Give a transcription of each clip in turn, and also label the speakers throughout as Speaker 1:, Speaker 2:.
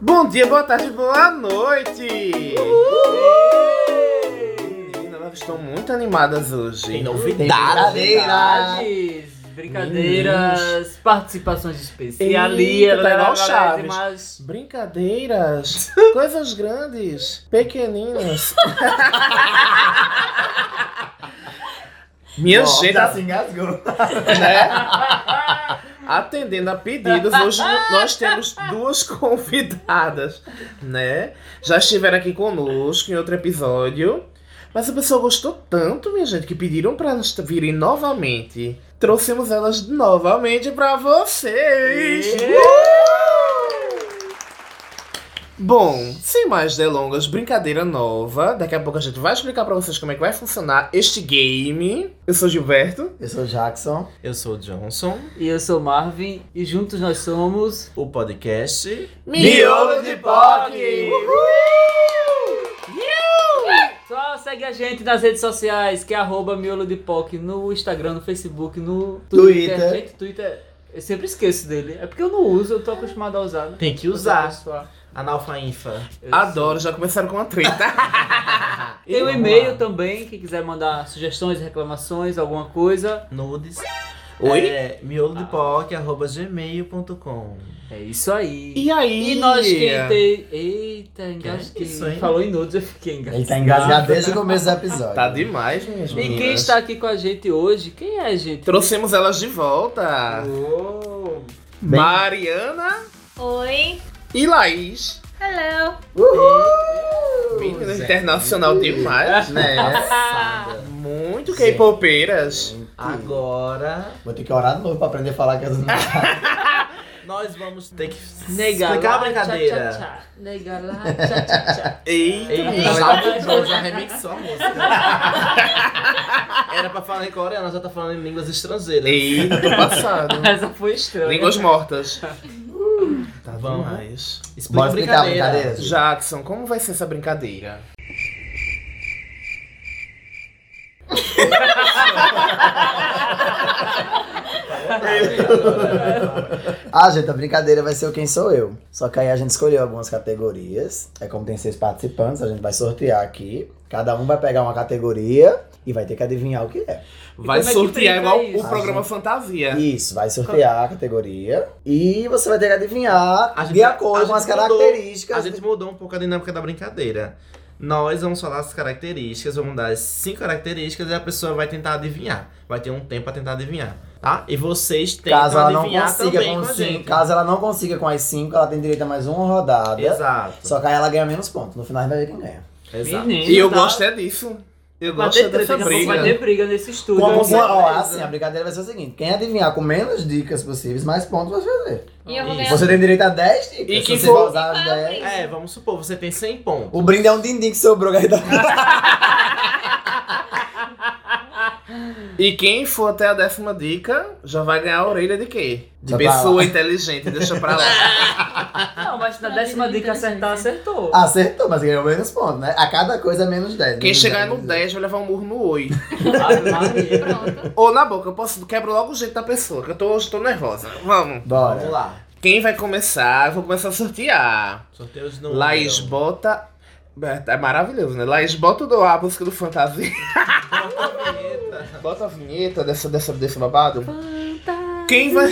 Speaker 1: Bom dia, boa tarde, boa noite! Meninas, nós estamos muito animadas hoje.
Speaker 2: Tem
Speaker 3: Brincadeira!
Speaker 2: novidades, brincadeiras, participações especiais.
Speaker 1: Eita, tá
Speaker 2: blá, blá,
Speaker 1: igual
Speaker 2: blá,
Speaker 1: Chaves.
Speaker 2: mas-
Speaker 1: Brincadeiras, coisas grandes, pequeninas. Minha gente,
Speaker 3: Já tá se engasgou.
Speaker 1: né? Atendendo a pedidos, hoje nós temos duas convidadas, né? Já estiveram aqui conosco em outro episódio. Mas a pessoa gostou tanto, minha gente, que pediram pra elas virem novamente. Trouxemos elas novamente pra vocês! Uh! Bom, sem mais delongas, brincadeira nova. Daqui a pouco a gente vai explicar pra vocês como é que vai funcionar este game. Eu sou Gilberto.
Speaker 3: Eu sou o Jackson.
Speaker 4: Eu sou o Johnson,
Speaker 2: E eu sou o Marvin e juntos nós somos.
Speaker 4: o podcast.
Speaker 3: Miolo de POC!
Speaker 2: Só segue a gente nas redes sociais, que é arroba miolo de POC, no Instagram, no Facebook, no Twitter.
Speaker 3: Twitter.
Speaker 2: Gente, Twitter, eu sempre esqueço dele. É porque eu não uso, eu tô acostumado a usar. Né?
Speaker 4: Tem que
Speaker 2: Eu
Speaker 4: usar.
Speaker 2: sou pessoal.
Speaker 4: Analfa-infa.
Speaker 2: Eu
Speaker 1: Adoro, já começaram com uma treta.
Speaker 2: sou. Tem o
Speaker 4: Vamos
Speaker 2: e-mail
Speaker 4: lá.
Speaker 2: também, quem quiser mandar sugestões, reclamações, alguma coisa.
Speaker 4: Nudes.
Speaker 1: Oi?
Speaker 4: É, miolodepoc.gmail.com.
Speaker 2: É isso aí.
Speaker 1: E aí?
Speaker 2: E nós quem tem. Eita, engasguei.
Speaker 4: isso, hein?
Speaker 2: Falou em nudes, eu fiquei engasgado.
Speaker 3: Ele tá engasgado desde o começo do episódio.
Speaker 1: Tá demais, minhas
Speaker 2: E
Speaker 1: meninas.
Speaker 2: quem está aqui com a gente hoje? Quem é, gente?
Speaker 1: Trouxemos elas de volta.
Speaker 2: Uou.
Speaker 3: Bem-
Speaker 1: Mariana
Speaker 5: Oi.
Speaker 1: e Laís.
Speaker 5: Hello.
Speaker 1: Meninas
Speaker 2: é.
Speaker 4: Zé.
Speaker 1: internacional demais, né?
Speaker 4: Passada.
Speaker 1: Muito K-popeiras.
Speaker 4: Agora,
Speaker 3: Vou ter que orar de novo pra aprender a falar que eu não
Speaker 4: nós vamos ter que
Speaker 2: Nega
Speaker 4: explicar a
Speaker 2: lá, Tchá,
Speaker 4: brincadeira.
Speaker 2: tchá, tchá. Nega lá, tchá, tchá, tchá.
Speaker 1: Eita,
Speaker 4: Eita,
Speaker 1: menina.
Speaker 2: Ei.
Speaker 4: ela já- já remixou a música. Era pra falar em coreano, ela já tá falando em línguas estrangeiras.
Speaker 1: Eita, tô passado.
Speaker 2: Essa foi estranha.
Speaker 1: Línguas mortas. Tá
Speaker 4: Vamos.
Speaker 1: demais.
Speaker 4: Explica a
Speaker 3: Bora explicar a brincadeira.
Speaker 4: brincadeira.
Speaker 1: Jackson, como vai ser essa brincadeira?
Speaker 3: Ah, gente, a brincadeira vai ser o Quem Sou Eu. Só que aí a gente escolheu algumas categorias. É como tem seis participantes, a gente vai sortear aqui. Cada um vai pegar uma categoria e vai ter que adivinhar o que é.
Speaker 1: Vai
Speaker 2: como é que
Speaker 1: sortear
Speaker 2: brinca
Speaker 1: igual
Speaker 2: isso?
Speaker 1: o programa
Speaker 4: É.
Speaker 1: Fantasia.
Speaker 3: Isso, vai sortear a categoria. E você vai ter que adivinhar
Speaker 4: A gente-
Speaker 3: de acordo
Speaker 4: a
Speaker 3: com as
Speaker 4: gente mudou.
Speaker 3: características.
Speaker 4: A gente mudou um pouco a dinâmica da brincadeira. Nós vamos falar as características, vamos dar as cinco características e a pessoa vai tentar adivinhar. Vai ter um tempo pra tentar adivinhar, tá? E vocês tentam
Speaker 3: Caso ela não
Speaker 4: adivinhar
Speaker 3: consiga
Speaker 4: também
Speaker 3: com
Speaker 4: com a
Speaker 3: cinco,
Speaker 4: gente.
Speaker 3: caso ela não consiga com as cinco, ela tem direito a mais uma rodada.
Speaker 4: Exato.
Speaker 3: Só que aí ela ganha menos pontos. No final a gente vai ver quem ganha.
Speaker 4: Exato.
Speaker 2: Menino,
Speaker 1: E eu
Speaker 2: tá-
Speaker 1: gosto é disso. Eu
Speaker 2: Vai
Speaker 1: gosto é
Speaker 2: ter treta,
Speaker 1: dessa
Speaker 2: daqui a pouco vai
Speaker 1: briga.
Speaker 2: ter briga nesse estúdio.
Speaker 3: Como
Speaker 2: aqui.
Speaker 3: uma, ó,
Speaker 4: certeza.
Speaker 3: assim, a brincadeira vai ser o seguinte: quem adivinhar com menos dicas possíveis, mais pontos vai fazer.
Speaker 5: E eu vou
Speaker 4: Isso.
Speaker 5: ganhar.
Speaker 3: Você tem direito a 10 dicas.
Speaker 1: E
Speaker 3: se
Speaker 1: quem
Speaker 3: você
Speaker 1: for-
Speaker 3: vai usar as
Speaker 5: Ah,
Speaker 3: 10.
Speaker 4: É, vamos supor, você tem 100 pontos.
Speaker 3: O brinde é um din-din que sobrou, que aí dá-
Speaker 1: E quem for até a décima dica já vai ganhar a orelha de quê? De
Speaker 3: Já vai
Speaker 1: pessoa
Speaker 3: lá.
Speaker 1: inteligente, deixa pra lá.
Speaker 2: Não, mas na
Speaker 5: Na
Speaker 2: décima
Speaker 5: vida
Speaker 2: dica acertar, acertou.
Speaker 3: Acertou, mas ganhou menos pontos, né? A cada coisa é menos 10.
Speaker 1: Quem
Speaker 3: menos
Speaker 1: chegar
Speaker 3: 10,
Speaker 1: no
Speaker 3: menos
Speaker 1: 10 vai levar um murro no 8.
Speaker 2: Ave Maria.
Speaker 5: Pronto.
Speaker 1: Ou na boca, eu posso quebro logo o jeito da pessoa, que eu tô, hoje tô nervosa. Vamos.
Speaker 4: Vamos
Speaker 3: Bora.
Speaker 4: lá.
Speaker 1: Quem vai começar? Eu vou começar a sortear.
Speaker 4: Sorteio de números.
Speaker 1: Laís bota. É maravilhoso, né? Laís bota do a música do fantasia. Bota a vinheta dessa, dessa, desse babado. Quem vai.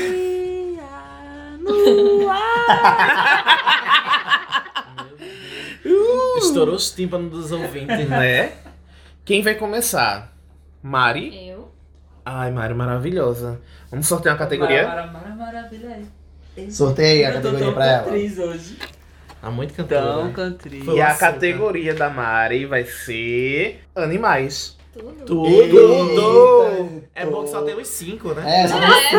Speaker 4: Estourou os tímpanos dos ouvintes, né?
Speaker 1: Né? Quem vai começar? Mari?
Speaker 5: Eu.
Speaker 1: Ai, Mari, maravilhosa. Vamos sortear uma categoria?
Speaker 2: Mara, mara, maravilha. é
Speaker 3: Sorteia aí a
Speaker 2: Eu tô
Speaker 3: categoria
Speaker 2: tão
Speaker 3: pra ela.
Speaker 2: cantriz hoje. né?
Speaker 4: Tá muito
Speaker 2: Tão
Speaker 3: Então,
Speaker 4: cantora.
Speaker 2: cantriz.
Speaker 1: E a
Speaker 4: Nossa, cara.
Speaker 1: categoria da Mari vai ser animais.
Speaker 5: Tudo.
Speaker 4: Tudo!
Speaker 3: Eita,
Speaker 4: É bom que só tem os 5, né?
Speaker 3: É, só tem
Speaker 5: É, nossa,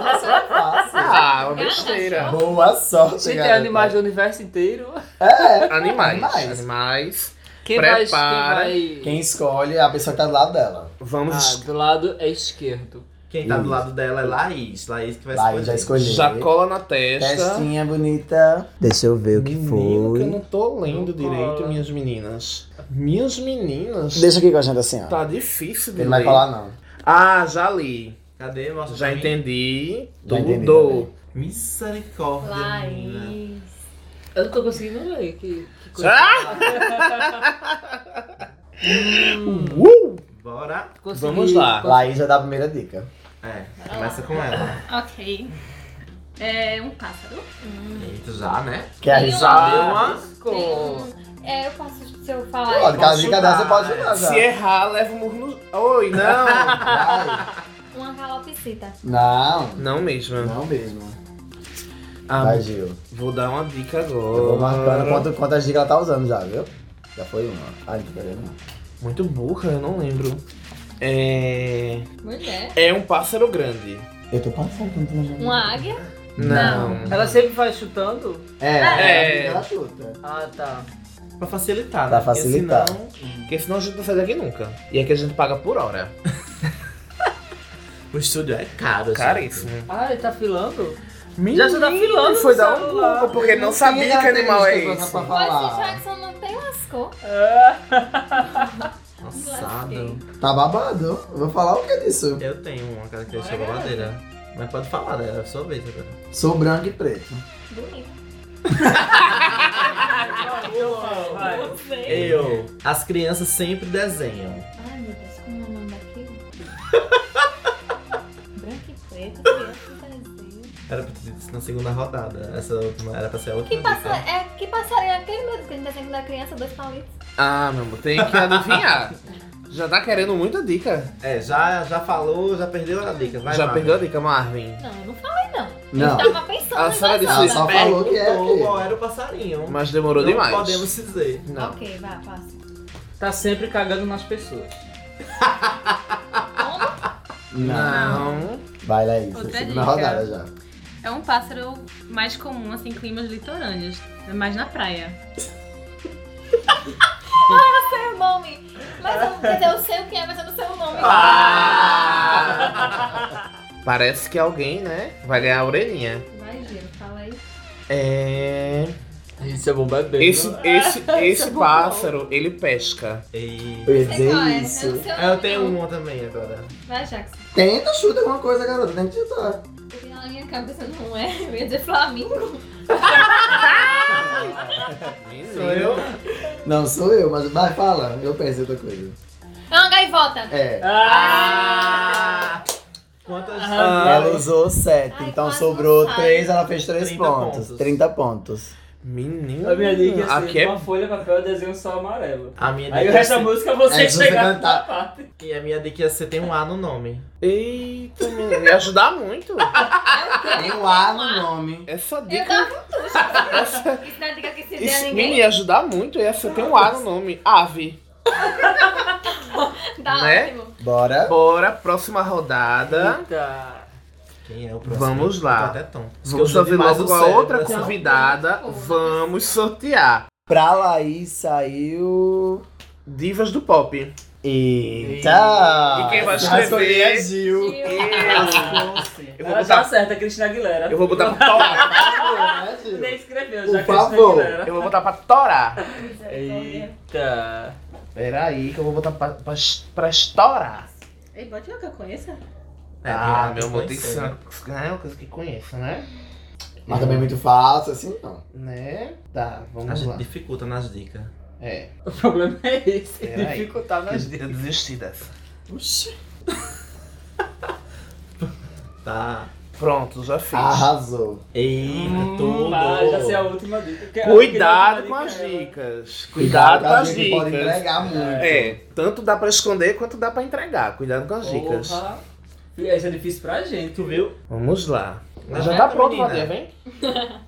Speaker 5: nossa.
Speaker 3: fácil.
Speaker 1: Ah, uma besteira.
Speaker 3: Boa sorte,
Speaker 2: Gente, é
Speaker 3: garota.
Speaker 2: animais do universo inteiro.
Speaker 3: É.
Speaker 1: Animais.
Speaker 3: Animais.
Speaker 1: Animais.
Speaker 2: Quem
Speaker 1: Prepara.
Speaker 2: vai. Quem vai...
Speaker 3: Quem escolhe é a pessoa que tá do lado dela.
Speaker 1: Vamos.
Speaker 2: Ah, do lado é esquerdo.
Speaker 4: Quem tá do lado dela é Laís. Laís que vai
Speaker 3: Laís já escolheu.
Speaker 1: Já cola na testa.
Speaker 3: Testinha bonita. Deixa eu ver o que
Speaker 1: Menino, que eu
Speaker 3: foi.
Speaker 1: não tô lendo
Speaker 2: Não
Speaker 1: direito,
Speaker 2: cola.
Speaker 1: minhas meninas. Minhas meninas.
Speaker 3: Deixa aqui com a gente assim, ó.
Speaker 1: Tá difícil de
Speaker 3: Ele não vai
Speaker 1: ler.
Speaker 3: falar, não.
Speaker 1: Ah, já li.
Speaker 4: Cadê? Mostra
Speaker 1: Já
Speaker 4: pra mim.
Speaker 1: entendi.
Speaker 3: Já entendi
Speaker 1: Tudo.
Speaker 4: Misericórdia. menina.
Speaker 5: Laís.
Speaker 2: Eu não tô conseguindo ler. Que, que coisa. Ah!
Speaker 1: Uh!
Speaker 4: Bora?
Speaker 2: Consegui.
Speaker 1: Vamos lá.
Speaker 3: Laís já dá a primeira dica.
Speaker 4: É, começa com ela.
Speaker 5: Ok. É um pássaro.
Speaker 4: Eita, já, né?
Speaker 3: Quer
Speaker 5: Tem
Speaker 3: arriscar?
Speaker 4: uma-
Speaker 2: Lascou.
Speaker 5: É, eu posso, se eu
Speaker 3: Pode,
Speaker 5: falar
Speaker 3: caso de
Speaker 4: chutar,
Speaker 3: cadastro, você pode
Speaker 4: né?
Speaker 3: ajudar já.
Speaker 1: Se é- errar, leva o murro no. Oi, não!
Speaker 3: Vai.
Speaker 5: uma calopsita.
Speaker 3: Não,
Speaker 1: não mesmo.
Speaker 3: não mesmo.
Speaker 1: Ah,
Speaker 3: Vai, Gil.
Speaker 1: vou dar uma dica agora.
Speaker 3: Eu vou marcando quanto- quantas dicas ela tá usando já, viu? Já foi uma. Ai, não tá vendo?
Speaker 1: Muito burra, eu não lembro. É.
Speaker 5: Mulher.
Speaker 1: É um pássaro grande.
Speaker 3: Eu tô passando, não tô imaginando.
Speaker 5: Uma águia.
Speaker 1: Não.
Speaker 2: Ela sempre vai chutando?
Speaker 3: É,
Speaker 1: É.
Speaker 3: é. ela chuta.
Speaker 2: Ah, tá.
Speaker 4: Pra facilitar,
Speaker 3: Pra
Speaker 4: né? Porque
Speaker 3: facilitar.
Speaker 4: senão-
Speaker 1: Porque senão a gente não sai daqui nunca. E é que a gente paga por hora.
Speaker 4: O estúdio é caro,
Speaker 1: Caríssimo.
Speaker 2: Ah, ele tá filando?
Speaker 1: Menino,
Speaker 2: Já tá filando
Speaker 1: Foi
Speaker 2: no
Speaker 1: dar um
Speaker 2: celular.
Speaker 1: pulo, porque não sabia que animal é esse.
Speaker 3: Pra
Speaker 5: Mas o
Speaker 3: falar.
Speaker 5: Jackson não tem lascou.
Speaker 4: gente. Passado.
Speaker 5: Lasquei.
Speaker 3: Tá babado. Eu Vou falar o que disso?
Speaker 4: Eu tenho uma característica
Speaker 2: Olha.
Speaker 4: babadeira. Mas pode falar, né? É a sua vez agora.
Speaker 3: Sou branco e preto.
Speaker 5: Bonito.
Speaker 2: Vai.
Speaker 5: Não sei.
Speaker 4: Eu. As crianças sempre desenham.
Speaker 5: Ai, meu Deus, como é o nome daquilo? Branco e preto, criança e desenho.
Speaker 4: Era pra ter dito isso na segunda rodada. Essa última era pra ser a última.
Speaker 5: Que, passa,
Speaker 4: dica.
Speaker 5: é, que passarinho é aquele mesmo que a gente desenho da criança, dois palitos?
Speaker 1: Ah, meu amor, tem que adivinhar. Já tá querendo muita dica.
Speaker 4: É, já, já falou, já perdeu a dica. Vai,
Speaker 1: Já
Speaker 4: Marvel.
Speaker 1: perdeu a dica, Marvin?
Speaker 5: Não, eu não falei não.
Speaker 3: Não.
Speaker 5: Eu tava pensando
Speaker 1: A
Speaker 5: em
Speaker 1: senhora
Speaker 5: Gonzaga.
Speaker 1: disse
Speaker 3: Ela só falou que é
Speaker 4: Perguntou
Speaker 3: aqui.
Speaker 4: Qual era o passarinho?
Speaker 1: Mas demorou
Speaker 4: Não
Speaker 1: demais.
Speaker 4: podemos dizer.
Speaker 1: Não.
Speaker 5: Ok, vá, passa.
Speaker 2: Tá sempre cagando nas pessoas.
Speaker 5: Como?
Speaker 1: Não.
Speaker 3: Vai, Laís.
Speaker 6: Outra
Speaker 3: Segunda
Speaker 6: dica.
Speaker 3: rodada já.
Speaker 6: É um pássaro mais comum, assim, em climas litorâneos. É mais na praia.
Speaker 5: Ah, Seu nome. Mas eu, quer dizer, eu sei o que é, mas eu não sei o nome.
Speaker 4: Ah.
Speaker 1: Parece que alguém, né? Vai ganhar a orelhinha.
Speaker 5: Imagina, fala aí.
Speaker 1: É.
Speaker 2: Isso é bom bebê.
Speaker 1: Esse, esse, esse pássaro, ele pesca.
Speaker 4: E...
Speaker 3: Eu ia
Speaker 5: Sei qual é,
Speaker 3: dizer isso.
Speaker 5: Eu, não sei o
Speaker 4: Ah, Eu
Speaker 5: nome,
Speaker 4: tenho
Speaker 5: não.
Speaker 4: uma também agora.
Speaker 5: Vai, Jackson.
Speaker 3: Tenta, chuta alguma coisa, garota. Tem que chutar.
Speaker 5: Porque na minha cabeça não é. Eu ia dizer Flamengo.
Speaker 4: Sou eu?
Speaker 3: Não, sou eu, mas vai, fala. Eu penso em outra coisa.
Speaker 5: É uma gaivota.
Speaker 3: É.
Speaker 4: Ah! Quantas?
Speaker 3: Ela usou 7,
Speaker 5: Ai,
Speaker 3: então
Speaker 5: quase
Speaker 3: sobrou
Speaker 5: não sai.
Speaker 3: 3, ela fez 3
Speaker 4: 30
Speaker 3: pontos.
Speaker 4: pontos.
Speaker 3: 30 pontos.
Speaker 1: Menino.
Speaker 2: A minha dica é
Speaker 1: Aqui
Speaker 2: assim, uma
Speaker 1: é.
Speaker 2: folha, papel, eu desenho só amarelo.
Speaker 4: A minha
Speaker 2: Aí o
Speaker 4: dica é
Speaker 2: resto da música você
Speaker 3: É, se você
Speaker 2: chegar
Speaker 3: cantar.
Speaker 2: na parte.
Speaker 4: E a minha dica é você tem um A no nome.
Speaker 1: Eita, menino. Ia ajudar muito.
Speaker 3: Tem um A no nome.
Speaker 1: Essa
Speaker 5: Eu
Speaker 1: dica.
Speaker 5: tava muito Isso não é dica que se dê a
Speaker 1: Isso, menino,
Speaker 5: ninguém.
Speaker 1: ia ajudar muito. Ia ser tem um A no nome. Ave.
Speaker 5: Dá
Speaker 1: né?
Speaker 5: Tá ótimo.
Speaker 3: Bora.
Speaker 1: Bora, próxima
Speaker 2: Tá.
Speaker 1: rodada.
Speaker 2: Eita.
Speaker 4: Quem é o próximo?
Speaker 1: Vamos lá.
Speaker 4: Tô até tonto.
Speaker 1: Vamos
Speaker 4: Esqueci
Speaker 1: fazer
Speaker 4: demais
Speaker 1: logo
Speaker 4: o
Speaker 1: com a
Speaker 4: cérebro né?
Speaker 1: outra
Speaker 4: dessa-
Speaker 1: convidada. Vamos sortear.
Speaker 3: Pra Laís saiu.
Speaker 1: Divas do pop.
Speaker 3: Eita!
Speaker 1: E quem vai
Speaker 3: Ela escolheu
Speaker 1: escrever?
Speaker 3: é Gil.
Speaker 1: Eu, Eu vou
Speaker 2: Ela
Speaker 1: botar-
Speaker 2: já acerta, Cristina Aguilera.
Speaker 1: eu vou botar pra torar.
Speaker 3: É, Gil.
Speaker 2: Nem escreveu,
Speaker 3: Por
Speaker 2: já
Speaker 3: favor.
Speaker 2: Cristina Aguilera.
Speaker 1: Eu vou botar pra torar.
Speaker 2: Eita.
Speaker 1: Peraí, que eu vou botar pra, pra, pra estourar.
Speaker 6: Ei, bote uma que eu conheça.
Speaker 4: É,
Speaker 1: ah,
Speaker 4: tem
Speaker 1: meu
Speaker 4: que
Speaker 1: amor, tem que ser
Speaker 4: conhecer, né?
Speaker 1: uma, é uma coisa que conheça, né?
Speaker 3: Mas também é muito fácil, assim não.
Speaker 1: Né? Tá,
Speaker 4: A
Speaker 1: vamos
Speaker 4: gente
Speaker 1: lá.
Speaker 4: dificulta nas dicas.
Speaker 1: É,
Speaker 2: O problema é esse.
Speaker 1: Peraí.
Speaker 2: Dificultar nas
Speaker 1: eu
Speaker 2: dicas.
Speaker 1: desisti dessa.
Speaker 3: Oxi.
Speaker 4: Tá.
Speaker 1: Pronto, já fiz.
Speaker 3: Ah, Arrasou.
Speaker 4: Eita, tudo.
Speaker 2: Ah, já sei a última dica. Porque eu
Speaker 1: Cuidado
Speaker 2: queria
Speaker 1: com
Speaker 2: uma
Speaker 1: as
Speaker 2: dica dela.
Speaker 1: dicas. Cuidado com as
Speaker 3: que Pode
Speaker 1: dicas.
Speaker 3: entregar muito.
Speaker 1: É, tanto dá pra esconder quanto dá pra entregar. Cuidado com as dicas.
Speaker 2: Porra. Isso é difícil pra gente.
Speaker 4: Tu viu?
Speaker 1: Vamos lá.
Speaker 4: Mas
Speaker 1: já
Speaker 4: é
Speaker 1: tá
Speaker 4: da
Speaker 1: pronto,
Speaker 4: menina.
Speaker 1: Vadia, vem.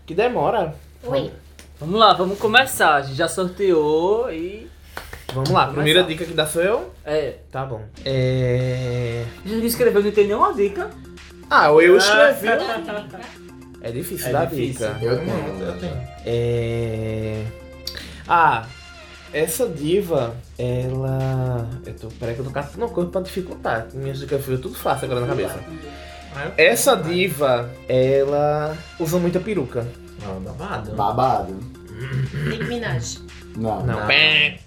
Speaker 1: Que demora.
Speaker 5: Oi.
Speaker 2: Vamos lá, vamos começar. A gente já sorteou e.
Speaker 1: Vamos lá,
Speaker 2: Vamos
Speaker 1: primeira
Speaker 2: lá.
Speaker 1: dica que dá sou eu.
Speaker 2: É.
Speaker 1: Tá bom. É.
Speaker 2: A gente escreveu, não tem nenhuma dica.
Speaker 1: Ah, eu escrevi.
Speaker 5: Dica.
Speaker 1: É difícil
Speaker 4: É
Speaker 1: dar
Speaker 4: difícil.
Speaker 1: dica.
Speaker 3: Eu
Speaker 4: Não,
Speaker 3: tenho.
Speaker 4: eu tenho.
Speaker 1: É. Ah, essa diva, ela. Eu tô. Peraí que eu tô catando uma coisa pra dificultar. Minhas dicas foi tudo fácil agora na cabeça.
Speaker 4: Ah,
Speaker 1: Essa diva, ela usa muita peruca.
Speaker 4: Não, Ah, é um babado.
Speaker 3: Babado.
Speaker 6: Nick Minaj.
Speaker 3: Não.
Speaker 1: Não.
Speaker 4: Não.
Speaker 1: Pé.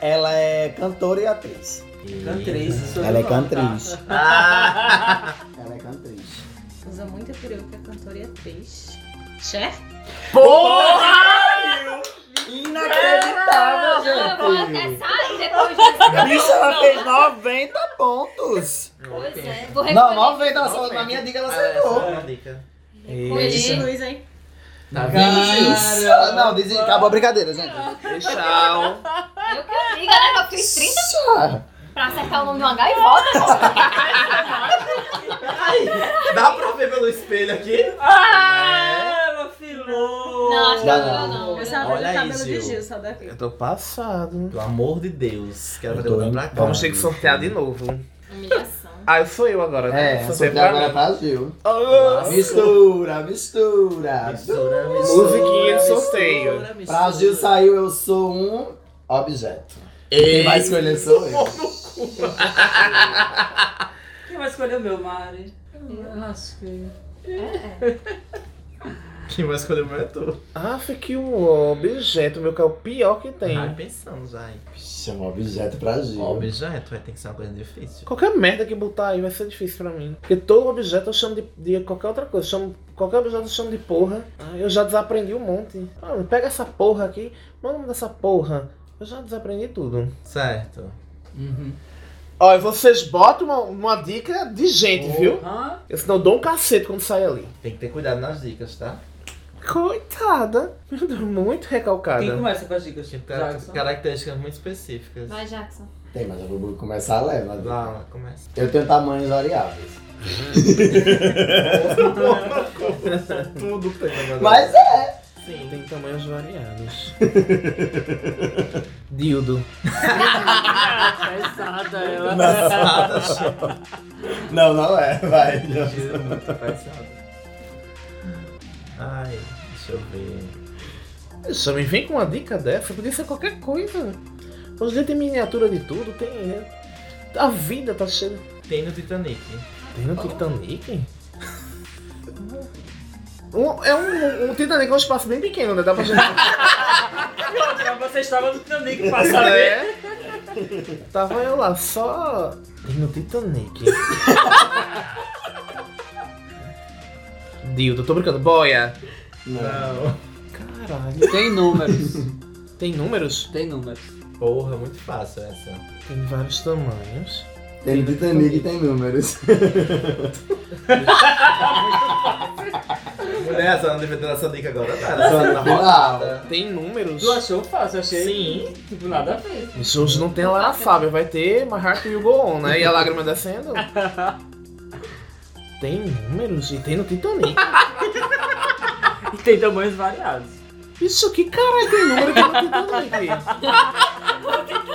Speaker 3: Ela é cantora e atriz.
Speaker 2: Cantriz. isso
Speaker 3: Ela é
Speaker 2: não,
Speaker 3: cantriz.
Speaker 2: tá?
Speaker 4: Ah,
Speaker 3: Ela é cantriz.
Speaker 6: é Usa muita peruca, cantora e atriz. Chefe?
Speaker 3: Inacreditável,
Speaker 5: Eu vou até
Speaker 3: gente.
Speaker 5: sair depois disso.
Speaker 3: Bicho, ela fez 90 pontos.
Speaker 5: Pois é. Vou
Speaker 3: Não,
Speaker 5: recolher.
Speaker 3: 90, ela só- na minha dica ela é acertou.
Speaker 4: uma é dica.
Speaker 6: Oi, Luiz, hein?
Speaker 1: Tá
Speaker 3: Isso. Não, desi- acabou a brincadeira, gente.
Speaker 1: vendo? Tchau.
Speaker 5: Eu que eu diga, né? que Eu fiz 30
Speaker 3: Isso.
Speaker 5: pra acertar o nome de uma gaivota.
Speaker 4: Dá pra ver Tá pelo espelho aqui?
Speaker 2: Ah, ela filou.
Speaker 5: Não, acho que
Speaker 3: Dá
Speaker 5: não, não, não.
Speaker 6: Eu só vejo
Speaker 4: Olha
Speaker 6: o cabelo
Speaker 4: isso,
Speaker 6: de
Speaker 4: Gil.
Speaker 6: Gil, só daqui.
Speaker 1: Eu tô passado.
Speaker 4: Pelo amor de Deus. Quero
Speaker 3: Eu
Speaker 4: ver
Speaker 3: tô
Speaker 4: pra
Speaker 3: indo.
Speaker 4: cá.
Speaker 1: Vamos ter que sortear de novo.
Speaker 5: Humilhação.
Speaker 1: Ah, eu sou eu agora, né?
Speaker 3: É,
Speaker 1: Sorteio
Speaker 3: sorteio agora pra Gil.
Speaker 1: Ah,
Speaker 3: Mistura, mistura.
Speaker 4: Mistura,
Speaker 1: Musiquinha de
Speaker 4: mistura,
Speaker 1: sorteio.
Speaker 4: mistura,
Speaker 3: Pra Gil
Speaker 4: mistura.
Speaker 3: saiu, eu sou um objeto. Quem vai
Speaker 4: Ei,
Speaker 3: escolher sou eu.
Speaker 2: Quem vai escolher o meu, Mari? Lasquei.
Speaker 4: quem vai escolher o meu é tu.
Speaker 1: Ah, fiquei um objeto, meu, que é o pior que tem.
Speaker 4: Vai pensando já, hein?
Speaker 3: Vixe, é um objeto pra Gil.
Speaker 4: Objeto, vai ter que ser uma coisa difícil.
Speaker 1: Qualquer merda que botar aí vai ser difícil pra mim. Porque todo objeto eu chamo de, de qualquer outra coisa. Eu Chamo, qualquer objeto eu chamo de porra. Ah, eu já desaprendi um monte. Ah, pega essa porra aqui. Qual é o nome dessa porra? Eu já desaprendi tudo.
Speaker 4: Certo.
Speaker 2: Uhum.
Speaker 1: Ó, e vocês botam uma, uma dica de gente, viu?
Speaker 2: Hã?
Speaker 1: Eu senão eu dou um cacete quando sair ali.
Speaker 4: Tem que ter cuidado nas dicas, tá?
Speaker 1: Coitada. Meu Deus, muito recalcada.
Speaker 2: Quem começa com as dicas?
Speaker 4: Tem cara-
Speaker 2: Jackson?
Speaker 4: características muito específicas.
Speaker 5: Vai, Jackson.
Speaker 3: Tem, mas eu vou começar leve.
Speaker 4: Lá, lá, começa.
Speaker 3: Eu tenho tamanhos variáveis.
Speaker 4: Tudo tem.
Speaker 3: Mas é.
Speaker 4: Sim.
Speaker 1: Tem tamanhos variados. Dildo.
Speaker 2: Pesada ela.
Speaker 3: Não, não é. Vai. Gil.
Speaker 4: Giro muito pesado. Ai, deixa eu ver.
Speaker 1: Só me vem com uma dica dessa, podia ser qualquer coisa. Hoje em dia tem miniatura de tudo, tem. A vida tá cheia. de-
Speaker 4: Tem no Titanic.
Speaker 1: Tem no Titanic? Um- é um, um Titanic é um espaço bem pequeno, né? Dá pra gente.
Speaker 2: Pra Você estava no Titanic pra saber.
Speaker 1: é. Tava eu lá, só. Tem no Titanic. Dildo, tô brincando. Boia!
Speaker 4: Não.
Speaker 1: Caralho.
Speaker 2: Tem números.
Speaker 1: Tem números?
Speaker 2: Tem números.
Speaker 4: Porra, muito fácil essa.
Speaker 1: Tem vários tamanhos.
Speaker 3: Tem Titanic e tem números.
Speaker 4: Mulher, você não devia ter essa dica agora, tá?
Speaker 3: Só
Speaker 4: Ela
Speaker 3: no
Speaker 4: tá
Speaker 3: final.
Speaker 4: rodada.
Speaker 1: Tem números?
Speaker 2: Tu achou fácil? Eu achei.
Speaker 4: Sim.
Speaker 2: Tipo,
Speaker 5: Tá
Speaker 2: nada a ver.
Speaker 1: Isso hoje não tem a Lara Fábio, vai ter My Heart Will Go On, né? E a lágrima descendo. Tem números e tem no Titanic.
Speaker 2: E tem tamanhos variados.
Speaker 1: Isso que caralho tem número e tem no Titanic.
Speaker 5: Eu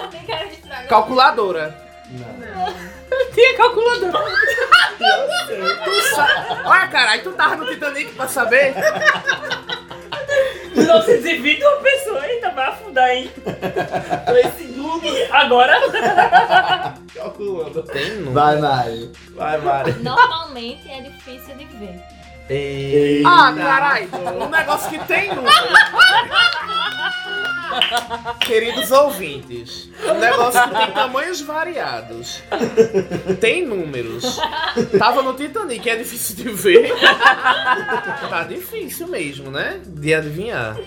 Speaker 5: nem quero estragar.
Speaker 1: Calculadora.
Speaker 2: Tem calculadora.
Speaker 1: Tu sa- Olha, caralho, tu tava no Titanic pra saber?
Speaker 2: De 920 uma pessoa. Eita, vai afundar, hein? Três segundos. Agora.
Speaker 4: Calculando.
Speaker 1: Tem número.
Speaker 3: Vai, Mari.
Speaker 4: Vai, Mari.
Speaker 5: Normalmente é difícil de ver.
Speaker 4: Ei.
Speaker 1: Ah, caralho, um negócio que tem número. Queridos ouvintes, um negócio que tem tamanhos variados, tem números. Tava no Titanic, é difícil de ver. Tá difícil mesmo, né? De adivinhar.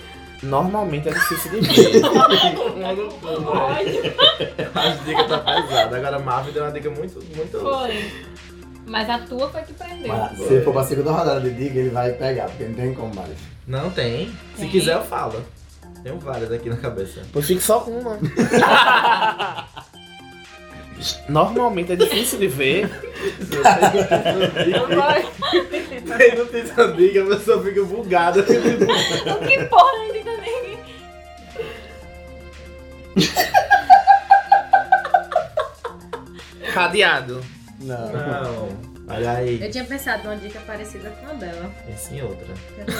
Speaker 1: Normalmente é difícil de ver.
Speaker 4: As dicas tá pesadas. Agora a Marvel deu uma dica muito, muito.
Speaker 5: Foi. Mas a tua foi que prendeu.
Speaker 3: Mas se for pra segunda rodada de dica, ele vai pegar, porque não tem como mais.
Speaker 4: Não tem. Se
Speaker 5: Tem.
Speaker 4: quiser, eu falo. Tenho várias aqui na cabeça.
Speaker 1: Pois fique só com uma. Normalmente é difícil de ver.
Speaker 4: Tem no Titanic, a pessoa fica bugada.
Speaker 5: O Então que porra ele também?
Speaker 1: Cadeado.
Speaker 3: Não.
Speaker 4: Não. Olha aí.
Speaker 6: Eu tinha pensado numa dica parecida com a dela.
Speaker 4: Pense em outra.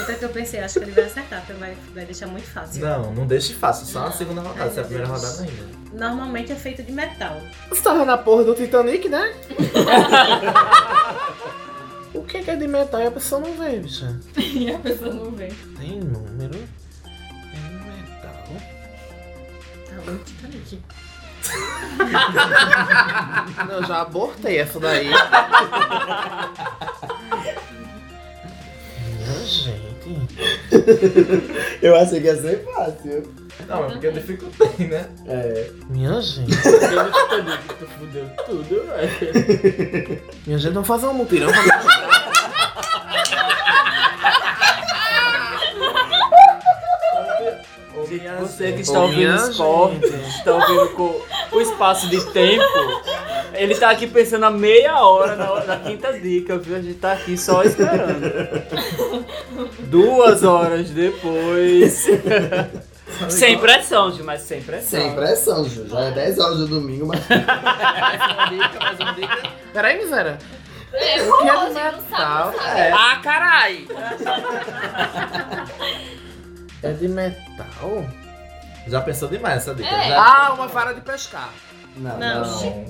Speaker 6: Tanto que eu pensei, acho que ele vai acertar, porque vai, vai deixar muito fácil.
Speaker 4: Não, não deixe fácil, só a segunda rodada.
Speaker 6: Ai,
Speaker 4: Essa é a
Speaker 6: meu
Speaker 4: primeira
Speaker 6: Deus.
Speaker 4: rodada ainda.
Speaker 6: Normalmente é feito de metal.
Speaker 1: Você tava na porra do Titanic, né? o que é que é de metal e a pessoa não vê, bicha?
Speaker 5: E a pessoa não vê.
Speaker 1: Tem número. Tem metal.
Speaker 6: Tá bom, Titanic.
Speaker 1: Não, eu já abortei essa daí. Minha gente.
Speaker 3: Eu achei que ia ser fácil.
Speaker 4: Não, é porque eu dificultei, né?
Speaker 3: É.
Speaker 1: Minha gente.
Speaker 2: Tu fudeu tudo, velho.
Speaker 1: Minha gente, vamos fazer um mutirão pra me ajudar.
Speaker 2: Você que está ouvindo
Speaker 1: Minha
Speaker 2: esporte,
Speaker 1: gente.
Speaker 2: está ouvindo com o espaço de tempo. Ele tá aqui pensando a meia hora na, na quinta dica, viu? A gente tá aqui só esperando. Duas horas depois. sem pressão, Gil, mas sem pressão.
Speaker 3: Sem pressão, Ju. Já é 10 horas do domingo, mas.
Speaker 4: Mais uma dica, mais uma dica.
Speaker 1: Peraí, miséria.
Speaker 5: É,
Speaker 1: Eu quero
Speaker 5: hoje, não
Speaker 1: Natal.
Speaker 5: sabe, não sabe.
Speaker 1: É.
Speaker 2: Ah, carai!
Speaker 1: É de metal?
Speaker 4: Já pensou demais essa dica. né?
Speaker 5: É.
Speaker 4: Já...
Speaker 1: Ah, uma vara de pescar.
Speaker 3: Não,
Speaker 6: Não.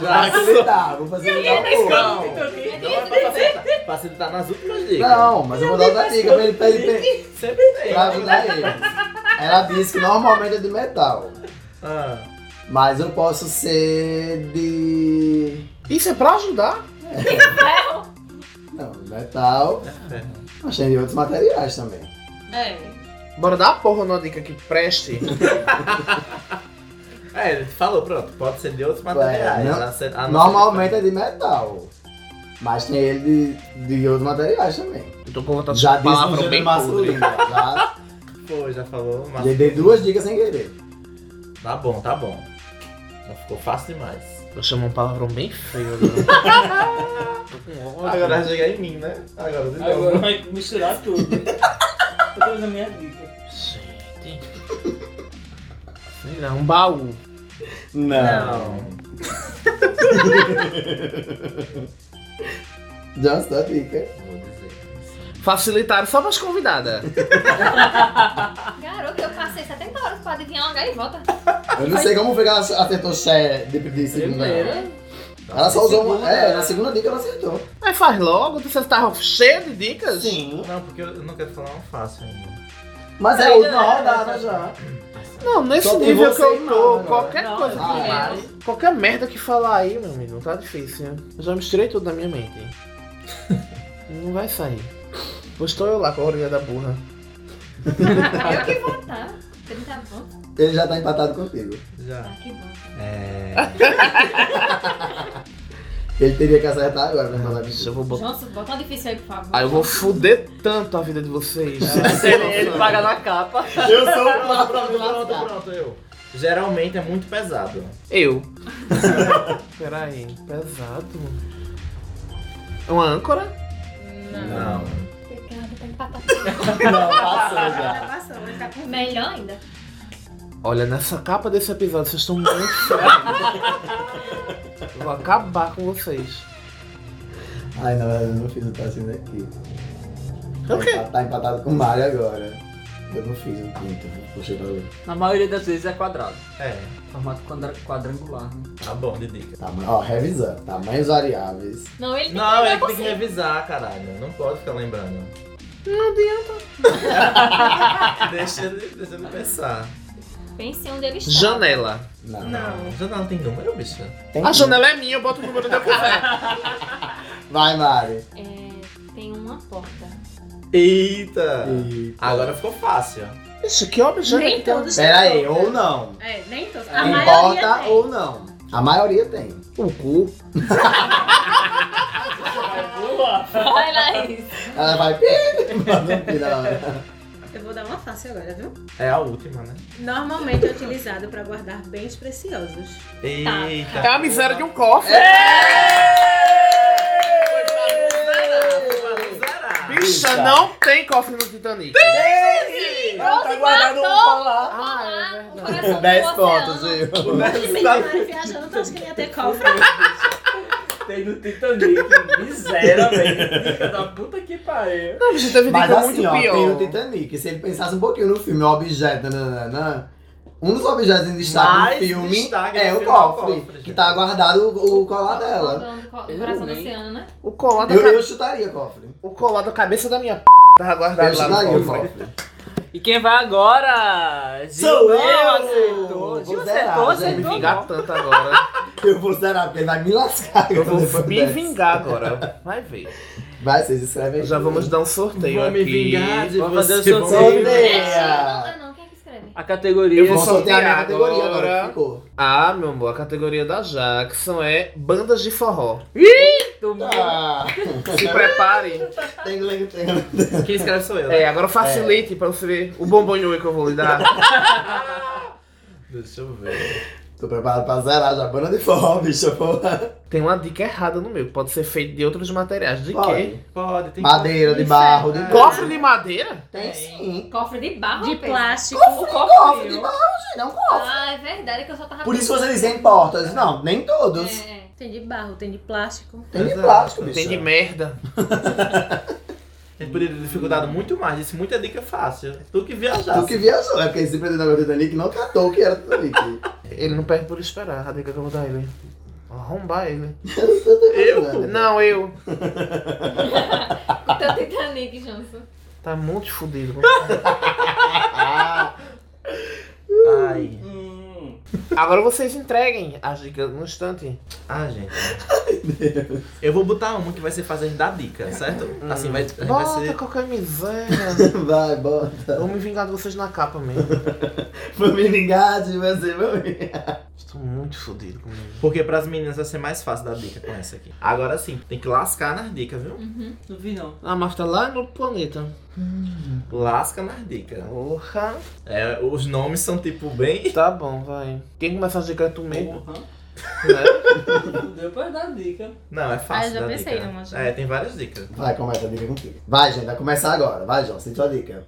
Speaker 3: Já acreditar, vou fazer
Speaker 5: é né?
Speaker 3: um
Speaker 4: Não,
Speaker 3: tal.
Speaker 4: não é pra facilitar. Facilitar nas últimas dicas.
Speaker 3: Não, mas eu vou dar outra dica pra ele, é pra, ele,
Speaker 4: Sempre tem.
Speaker 3: pra ajudar ele. né? Ela disse que normalmente é de metal.
Speaker 4: Ah,
Speaker 3: Mas eu posso ser de.
Speaker 1: Isso é pra ajudar?
Speaker 3: Não, de metal. Achei de outros materiais também.
Speaker 6: É.
Speaker 1: Bora dar a porra numa dica que preste.
Speaker 4: é, ele falou, pronto. Pode ser de outros materiais.
Speaker 3: É, não-
Speaker 4: a ser- a Ah, não
Speaker 3: Normalmente é de metal. Mas tem ele de, de outros materiais também.
Speaker 1: Eu tô com vontade
Speaker 3: Já
Speaker 1: de
Speaker 3: disse
Speaker 1: falar
Speaker 3: no
Speaker 1: pra
Speaker 3: gênero
Speaker 1: Então, bem
Speaker 3: masculino. Já
Speaker 4: ser- Foi, já falou. Mas...
Speaker 3: já dei duas dicas sem querer.
Speaker 4: Tá bom, tá bom. Já ficou fácil demais.
Speaker 1: Eu chamo um palavrão bem feio agora. Tô com ódio.
Speaker 4: Agora vai chegar em mim, né? Agora de novo.
Speaker 2: vai misturar tudo. Eu tô dando minha dica.
Speaker 1: Gente. Sei lá, um baú.
Speaker 3: Ah,
Speaker 4: Não.
Speaker 3: Johnson, dá dica.
Speaker 4: Vou dizer.
Speaker 1: Facilitar só pras convidadas.
Speaker 5: Garoto, eu passei 70 horas pra adivinhar uma gaivota.
Speaker 3: Eu não sei como foi que ela acertou Xé de, de segunda.
Speaker 2: Primeira.
Speaker 5: É.
Speaker 3: Ela só usou uma.
Speaker 2: Segunda.
Speaker 3: É, na segunda dica ela acertou.
Speaker 1: Mas faz logo, você tá cheio de dicas?
Speaker 3: Sim.
Speaker 4: Não, porque eu não quero falar uma fácil ainda.
Speaker 3: Mas é a última rodada já.
Speaker 1: Não, nesse
Speaker 3: Só tem
Speaker 1: nível que
Speaker 3: você
Speaker 1: eu
Speaker 3: e
Speaker 1: tô,
Speaker 3: nada, né?
Speaker 1: qualquer
Speaker 2: Não,
Speaker 1: coisa
Speaker 3: não,
Speaker 1: que
Speaker 6: não.
Speaker 1: Qualquer merda que falar aí, meu amigo, tá difícil. né? Eu já misturei tudo na minha mente. não vai sair. Pois estou eu lá com a orelha da burra.
Speaker 5: Eu que vou, tá? 30 pontos.
Speaker 3: Ele já tá empatado contigo.
Speaker 4: Já.
Speaker 5: Ah, que bom.
Speaker 4: É.
Speaker 3: Ele teria que acertar agora né, pra falar
Speaker 1: Deixa eu
Speaker 3: contigo.
Speaker 1: vou botar.
Speaker 5: Johnson, bota uma difícil aí, por favor.
Speaker 1: Aí eu vou fuder tanto a vida de vocês.
Speaker 2: Ele, ele paga na capa.
Speaker 3: Eu sou o
Speaker 4: Pronto,
Speaker 3: Flávio
Speaker 4: pronto, pronto, pronto, eu. Geralmente é muito pesado.
Speaker 1: Eu. Peraí, pesado. É Uma âncora?
Speaker 3: Hum.
Speaker 4: Não.
Speaker 5: Pecado, tá empatado.
Speaker 3: Não, passou já.
Speaker 6: Tá passando, vai ficar com
Speaker 5: É Melhor ainda.
Speaker 1: Olha, nessa capa desse episódio, vocês estão muito sérios. Eu Vou acabar com vocês.
Speaker 3: Ai, não, eu não fiz o teste daqui.
Speaker 1: É O quê?
Speaker 3: Tá empatado com o Mário agora. Eu não fiz o quinto, puxei pra outro.
Speaker 2: Na maioria das vezes é quadrado.
Speaker 4: É,
Speaker 2: Formato quadra- quadrangular. Né?
Speaker 4: tá bom de dica.
Speaker 3: Tama- Ó, revisando. Tamanhos variáveis.
Speaker 5: Não, ele tem
Speaker 4: Não,
Speaker 5: que
Speaker 4: ele
Speaker 5: lembrar
Speaker 4: tem que
Speaker 5: você.
Speaker 4: revisar, caralho. Não pode ficar lembrando. Não adianta. deixa, ele, deixa ele pensar.
Speaker 5: Pense onde ele está.
Speaker 1: Janela.
Speaker 3: Não.
Speaker 4: Não, janela tem número, bicho.
Speaker 3: Tem
Speaker 1: A
Speaker 3: que-
Speaker 1: janela é minha, eu boto o número da quiser.
Speaker 3: Vai, Mário.
Speaker 5: É, tem uma porta.
Speaker 4: Eita!
Speaker 3: Eita.
Speaker 4: Agora ficou fácil.
Speaker 1: Isso, que objeto
Speaker 6: Nem
Speaker 1: que tem? um
Speaker 6: todos
Speaker 3: Pera
Speaker 6: têm
Speaker 3: aí,
Speaker 6: todas.
Speaker 3: ou não.
Speaker 6: É, nem todos. A maioria
Speaker 3: Importa
Speaker 6: tem.
Speaker 3: ou não. A maioria tem.
Speaker 1: O cu.
Speaker 5: Vai lá, isso.
Speaker 3: Ela vai. Manda um pi na hora.
Speaker 6: é. Eu vou dar uma fácil agora, viu?
Speaker 4: É a última, né?
Speaker 6: Normalmente é utilizado para guardar bens preciosos.
Speaker 4: Eita!
Speaker 6: Tá.
Speaker 1: É a miséria de um cofre.
Speaker 6: É!
Speaker 1: Bicha, não tem cofre no Titanic.
Speaker 3: Ela tá guardando um pau lá.
Speaker 1: Ah, é verdade.
Speaker 5: O coração do
Speaker 3: 10 pontos,
Speaker 5: oceano.
Speaker 3: viu?
Speaker 6: Esse Mário viajando, tu acha que ele ia ter cofre?
Speaker 2: Tem no Titanic, miséria, velho. Dica da puta que pariu.
Speaker 1: Não, bicha, teve
Speaker 3: Mas
Speaker 1: dica
Speaker 3: assim,
Speaker 1: muito
Speaker 3: ó, tem o
Speaker 1: pior.
Speaker 3: Titanic. Se ele pensasse um pouquinho no filme, o objeto, né, nananana, um dos objetos em destaque
Speaker 4: Mais
Speaker 3: do filme
Speaker 4: destaque
Speaker 3: é
Speaker 1: né,
Speaker 4: no
Speaker 3: o
Speaker 4: filme é o
Speaker 3: cofre,
Speaker 4: cofre,
Speaker 3: que
Speaker 4: gente.
Speaker 3: tá guardado o, o colar
Speaker 1: Tá
Speaker 3: dela.
Speaker 5: O
Speaker 2: Eu
Speaker 5: coração do
Speaker 2: nem.
Speaker 5: oceano, né?
Speaker 1: O tá colar da,
Speaker 3: Eu,
Speaker 1: ca-
Speaker 3: eu chutaria cofre.
Speaker 1: o colar da cabeça da minha p tava
Speaker 3: Eu
Speaker 1: guardado lá
Speaker 3: chutaria
Speaker 1: no
Speaker 3: o
Speaker 1: cofre.
Speaker 3: cofre.
Speaker 2: E quem vai agora? Gil
Speaker 3: Sou
Speaker 2: Mel
Speaker 3: eu!
Speaker 2: Acertou. Gil
Speaker 3: Vou zerar,
Speaker 1: Me
Speaker 2: acertou,
Speaker 3: já Não.
Speaker 2: acertou.
Speaker 1: vingar tanto agora.
Speaker 3: Eu vou zerar, porque ele vai me lascar.
Speaker 1: Eu
Speaker 3: quando
Speaker 1: vou
Speaker 3: for
Speaker 1: me
Speaker 3: dessa.
Speaker 1: vingar agora. Vai ver.
Speaker 3: Vai, vocês escrevem
Speaker 1: Já
Speaker 3: aqui.
Speaker 1: vamos dar um sorteio
Speaker 4: Vou me
Speaker 1: aqui. um
Speaker 4: vingar de
Speaker 2: Vamos fazer
Speaker 4: você.
Speaker 2: o sorteio.
Speaker 5: Eu não,
Speaker 3: Sorteia!
Speaker 5: eu não, quem é que escreve?
Speaker 2: A categoria.
Speaker 1: Eu vou
Speaker 3: Vamos sortear a minha
Speaker 1: sortear
Speaker 3: categoria agora.
Speaker 1: agora.
Speaker 3: que ficou.
Speaker 1: Ah, meu amor, a categoria da Jackson é bandas de forró.
Speaker 3: Ah,
Speaker 1: Se prepare.
Speaker 3: tem, tem, tem.
Speaker 4: Quem escreve sou eu.
Speaker 1: É, agora facilite pra você ver o bombonho que eu vou lhe dar.
Speaker 4: Deixa eu ver.
Speaker 3: Tô preparado pra zerar já. Banda de forró, bicho. porra.
Speaker 1: Tem uma dica errada no meu, pode ser feito de outros materiais. De quê?
Speaker 3: Pode.
Speaker 4: Pode, tem
Speaker 3: Madeira, de
Speaker 6: Isso
Speaker 3: barro, de
Speaker 4: é-
Speaker 1: né? Cofre de madeira?
Speaker 3: Tem sim.
Speaker 5: Cofre de barro,
Speaker 6: De
Speaker 5: Pedro.
Speaker 6: plástico.
Speaker 3: Cofre de barro, gente. É um cofre.
Speaker 5: Ah, é verdade que eu só tava
Speaker 3: Por isso vocês dizem portas. Não, nem todos.
Speaker 5: É, é.
Speaker 6: Tem de barro, tem de plástico.
Speaker 3: Tem de
Speaker 4: Exato.
Speaker 3: plástico, bicho.
Speaker 1: Tem de merda.
Speaker 4: A gente poderia ter dificultado muito mais. Isso muita dica fácil. Tu que viajasse.
Speaker 3: Tu que viajou. É porque esse empreendedor do Titanic não catou o que era do Titanic.
Speaker 1: Ele não perde por esperar. A dica que eu vou dar a ele. Arrombar ele.
Speaker 3: Eu?
Speaker 1: Não, eu.
Speaker 5: O teu Titanic, Então Johnson.
Speaker 1: Tá muito fudido.
Speaker 4: Ai.
Speaker 2: Hum.
Speaker 1: Agora vocês entreguem as dicas no instante.
Speaker 4: Ah, gente. Eu vou botar uma que vai ser fazer da dica, certo? Assim, vai, vai
Speaker 1: Bota
Speaker 4: ser.
Speaker 1: qualquer miséria.
Speaker 3: Vai, bota.
Speaker 1: Vou me vingar de vocês na capa mesmo.
Speaker 3: Vou me vingar de você, vou me
Speaker 1: Estou muito fudido comigo.
Speaker 4: Porque pras meninas vai ser mais fácil dar dica com essa aqui. Agora sim, tem que lascar nas dicas, viu?
Speaker 2: Não vi não.
Speaker 1: Ah, mas tá lá no planeta.
Speaker 4: Lasca nas dicas.
Speaker 1: Porra.
Speaker 4: É, os nomes são tipo bem.
Speaker 1: Tá bom, vai. Quem começa as dicas é tu mesmo,
Speaker 2: Porra.
Speaker 1: né?
Speaker 2: Não deu pra dar dica.
Speaker 4: Não, é fácil.
Speaker 6: Ah, eu já
Speaker 4: dar
Speaker 6: pensei
Speaker 4: dica.
Speaker 6: numa já.
Speaker 4: É, tem várias dicas.
Speaker 3: Vai, começa a dica contigo. Vai, gente, vai começar agora. Vai, John, sente sua dica.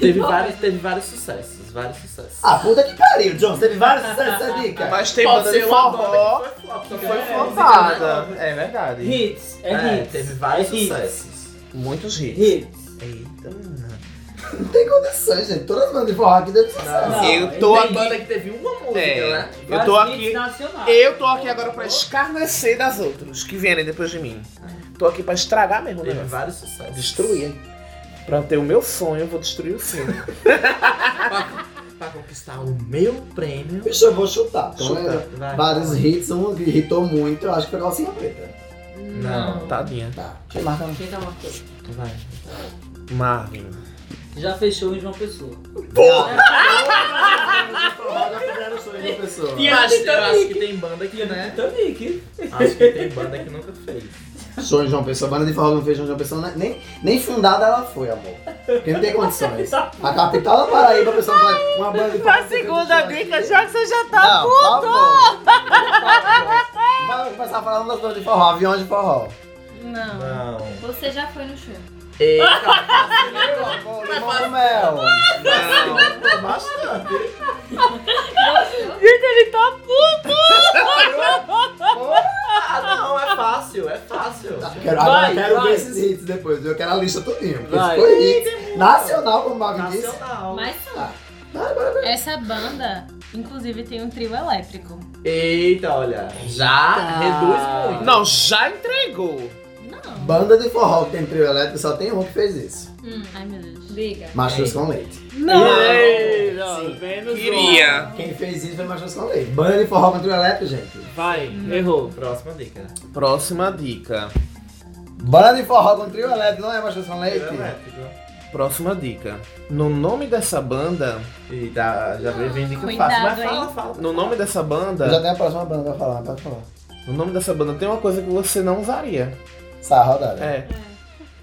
Speaker 4: Teve vários, teve vários sucessos. Vários sucessos.
Speaker 3: Ah, puta que pariu, John. Teve vários sucessos essa dica.
Speaker 1: Mas tem
Speaker 4: Pode
Speaker 1: banda né?
Speaker 4: ser
Speaker 1: de
Speaker 4: uma
Speaker 1: forró
Speaker 4: banda que foi flop,
Speaker 1: que
Speaker 4: que
Speaker 1: foi
Speaker 4: é,
Speaker 1: flopada. É verdade.
Speaker 2: Hits. É,
Speaker 4: É,
Speaker 2: hits.
Speaker 4: teve vários
Speaker 2: É hits.
Speaker 4: sucessos.
Speaker 1: Muitos hits.
Speaker 2: Hits.
Speaker 1: Eita,
Speaker 3: Não tem condições, gente. Todas as bandas de forró aqui assim. deve ser
Speaker 2: Não,
Speaker 1: Eu tô
Speaker 4: tem
Speaker 1: aqui-
Speaker 4: banda que teve uma música,
Speaker 1: É,
Speaker 4: né?
Speaker 1: eu tô
Speaker 2: Vários
Speaker 1: aqui.
Speaker 2: hits nacionais.
Speaker 1: Eu tô aqui agora pra escarnecer das outras que vierem depois de mim. Tô aqui pra estragar mesmo o
Speaker 4: Teve
Speaker 1: negócio.
Speaker 4: vários sucessos.
Speaker 1: Destruir. Pra ter o meu sonho, eu vou destruir o seu.
Speaker 4: Pra conquistar o meu prêmio.
Speaker 3: Bicho, eu vou chutar. Então,
Speaker 1: Chuta.
Speaker 3: é, Vários hits, um que irritou muito, eu acho que foi calcinha preta.
Speaker 4: Não.
Speaker 1: Tadinha.
Speaker 3: Tá, deixa eu marcar um.
Speaker 2: Quem tá marcando?
Speaker 4: Vai.
Speaker 1: Marvin.
Speaker 2: Já fechou em João Pessoa.
Speaker 4: Eu acho,
Speaker 2: então,
Speaker 4: eu acho que tem banda que, né?
Speaker 2: Titanic.
Speaker 4: Acho que tem banda que nunca fez.
Speaker 3: Sonho João Pessoa, banda de forró não fez João Pessoa, né? nem, nem fundada ela foi, amor. Porque não tem condições. A capital da Paraíba, a pessoa vai. Uma banda de forró.
Speaker 6: A segunda dica, já que você já tá.
Speaker 3: Não, puto! Vai começar falando das bandas de forró, avião de forró.
Speaker 6: Não.
Speaker 4: Não.
Speaker 5: Você já foi no show.
Speaker 3: Limão com mel. Não, bastante.
Speaker 6: Gente, ele tá puto.
Speaker 4: Ah, não, é fácil, é fácil.
Speaker 3: Quero, agora
Speaker 2: Vai,
Speaker 3: eu quero
Speaker 2: vai.
Speaker 3: ver esses hits depois, viu? eu quero a lista todinha. Porque
Speaker 2: Vai.
Speaker 3: foi hit nacional, como o Mavi disse.
Speaker 4: Nacional.
Speaker 6: Mas são.
Speaker 3: Ah, agora
Speaker 6: Essa banda, inclusive, tem um trio elétrico.
Speaker 4: Eita, olha. Já reduz muito.
Speaker 1: Não, já entregou.
Speaker 6: Não.
Speaker 3: Banda de forró que tem trio elétrico, só tem um que fez isso.
Speaker 6: Ai, meu Deus.
Speaker 5: hum, Diga.
Speaker 3: Machos com leite.
Speaker 6: Não.
Speaker 2: Ei, não,
Speaker 4: Sim.
Speaker 2: menos
Speaker 1: Queria.
Speaker 3: Quem fez isso foi Machos com leite. Banda de forró com trio elétrico, gente.
Speaker 2: um. Vai, errou.
Speaker 4: Próxima dica.
Speaker 1: Próxima dica.
Speaker 3: Banda de forró com trio elétrico, não é Machos com leite?
Speaker 4: Elétrico.
Speaker 1: Próxima dica. No nome dessa banda.
Speaker 4: Eita, já vem dica
Speaker 6: Cuidado,
Speaker 4: fácil. Mas
Speaker 6: hein?
Speaker 4: fala, fala.
Speaker 1: No nome dessa
Speaker 3: Eu já
Speaker 1: banda.
Speaker 3: tenho a próxima banda pra falar, pode falar.
Speaker 1: No nome dessa banda tem uma coisa que você não usaria.
Speaker 3: Sai a rodada.
Speaker 1: É.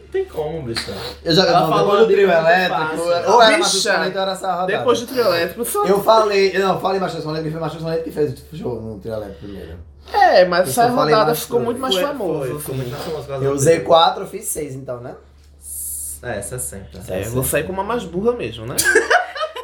Speaker 4: Não tem como, bicho.
Speaker 3: Eu já
Speaker 4: Ela
Speaker 3: não,
Speaker 4: falou
Speaker 3: depois do
Speaker 4: de
Speaker 3: trio
Speaker 4: banda
Speaker 3: elétrico,
Speaker 4: fácil.
Speaker 3: ou
Speaker 1: Bicha.
Speaker 3: era Machos com leite ou era essa rodada.
Speaker 1: Depois do trio elétrico, só.
Speaker 3: Eu falei, eu não, falei Machos com leite, porque foi Machos com leite que fez o show no trio elétrico primeiro.
Speaker 1: É, mas
Speaker 3: Eu
Speaker 1: essa
Speaker 3: só falei
Speaker 1: rodada
Speaker 3: mais
Speaker 1: ficou
Speaker 3: tudo.
Speaker 1: muito mais
Speaker 4: Foi-
Speaker 1: famosa.
Speaker 4: foi- Ficou muito mais famoso. por causa
Speaker 3: Eu
Speaker 4: do
Speaker 3: usei
Speaker 4: trio.
Speaker 3: quatro, eu fiz seis então, né?
Speaker 4: É, 60.
Speaker 1: É, eu vou sair com uma mais burra mesmo, né?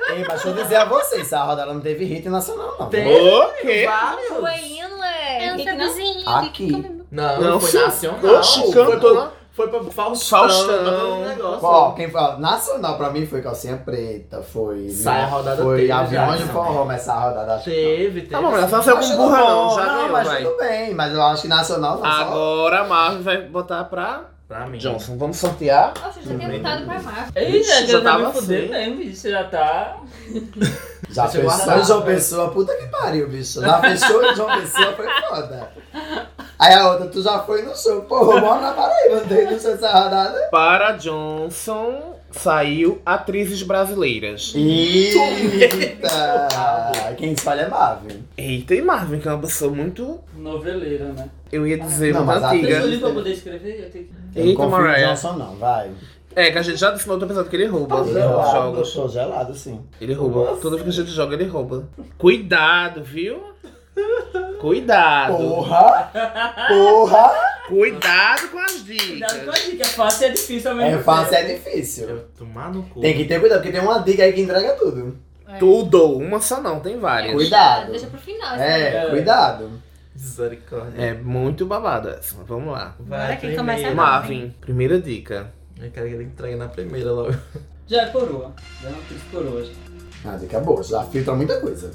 Speaker 3: Ei, mas deixa eu dizer a vocês, se a rodada não teve hit nacional, não.
Speaker 4: Tem.
Speaker 1: O quê?
Speaker 4: Vários.
Speaker 5: Coelhinho não é.
Speaker 6: Eu não
Speaker 5: Rick,
Speaker 6: sei
Speaker 5: não?
Speaker 6: vizinho.
Speaker 3: Aqui.
Speaker 4: Não,
Speaker 1: Não,
Speaker 4: foi
Speaker 1: sim.
Speaker 4: nacional.
Speaker 1: Oxi,
Speaker 4: foi,
Speaker 1: cantou.
Speaker 4: pra, foi pra Faustão.
Speaker 1: Faustão.
Speaker 4: pra todo negócio.
Speaker 3: Qual? Quem foi? ó, Nacional pra mim foi calcinha preta, foi.
Speaker 4: Sai a rodada
Speaker 3: Foi
Speaker 4: teve,
Speaker 3: avião de
Speaker 4: Jackson.
Speaker 3: forró, mas essa rodada acho que.
Speaker 4: Teve, teve.
Speaker 1: Tá bom, mas ela só
Speaker 3: não.
Speaker 1: saiu
Speaker 3: Acho
Speaker 1: com burra, não.
Speaker 3: bom,
Speaker 1: Já
Speaker 3: não,
Speaker 1: ganhou,
Speaker 3: mas
Speaker 1: vai.
Speaker 3: tudo bem, mas eu acho que nacional não. Só...
Speaker 1: Agora a Marvel vai botar pra.
Speaker 4: Pra mim.
Speaker 1: Johnson, vamos sortear?
Speaker 5: Nossa, eu já tinha voltado pra Marvel.
Speaker 2: Ei,
Speaker 1: Ixi,
Speaker 2: já,
Speaker 1: já
Speaker 2: já tá
Speaker 1: tava
Speaker 2: me fudendo
Speaker 1: assim.
Speaker 2: mesmo, bicho. Já tá.
Speaker 4: Deixa
Speaker 3: Já
Speaker 4: eu
Speaker 3: pensou em
Speaker 4: guardar.
Speaker 1: né?
Speaker 3: João Pessoa? Puta que pariu, bicho. Já pensou em João Pessoa? Foi foda. Aí a outra, tu já foi no show. Pô, eu moro na Paraíba, não tem no show essa rodada.
Speaker 1: Para Johnson saiu atrizes brasileiras.
Speaker 3: Eita! Quem espalha é Marvel.
Speaker 1: Eita, e Marvin, que é uma pessoa muito.
Speaker 2: Noveleira, né?
Speaker 1: Eu ia dizer
Speaker 3: Não,
Speaker 1: muito
Speaker 3: mas a atriz
Speaker 1: antiga.
Speaker 3: ali-
Speaker 2: Inclusive, pra eu poder escrever, eu tenho que.
Speaker 3: Eu não
Speaker 1: Eita,
Speaker 3: confio em
Speaker 1: Mariah.
Speaker 3: Johnson não, vai.
Speaker 1: É, que a gente já disse no outro episódio que ele rouba os
Speaker 3: Gelado, eu
Speaker 1: jogos.
Speaker 3: sou gelado, sim.
Speaker 1: Ele rouba. Toda vez que a gente joga, ele rouba. Cuidado, viu? Cuidado.
Speaker 3: Porra! Porra!
Speaker 1: Cuidado com as
Speaker 2: Cuidado com
Speaker 1: dicas.
Speaker 2: a dica, é fácil e é difícil ao mesmo
Speaker 3: É fácil, é
Speaker 2: tempo.
Speaker 3: difícil.
Speaker 4: Eu tomar no cu.
Speaker 3: Tem que ter cuidado, porque tem uma dica aí que entrega tudo.
Speaker 6: É.
Speaker 1: Tudo, uma só não, tem várias.
Speaker 3: Cuida- Cuidado.
Speaker 5: Deixa pro final. isso
Speaker 3: É,
Speaker 2: É.
Speaker 3: cuidado.
Speaker 4: Misericórdia.
Speaker 1: É muito babado essa. mas Vamos lá.
Speaker 6: Bora que
Speaker 2: É
Speaker 6: começa
Speaker 4: primeiro.
Speaker 6: agora.
Speaker 1: Marvin, primeira dica.
Speaker 4: Eu quero que ele entregue na primeira logo.
Speaker 2: Já é coroa. Já é uma atriz coroa. já.
Speaker 3: A dica é boa, já filtra muita coisa.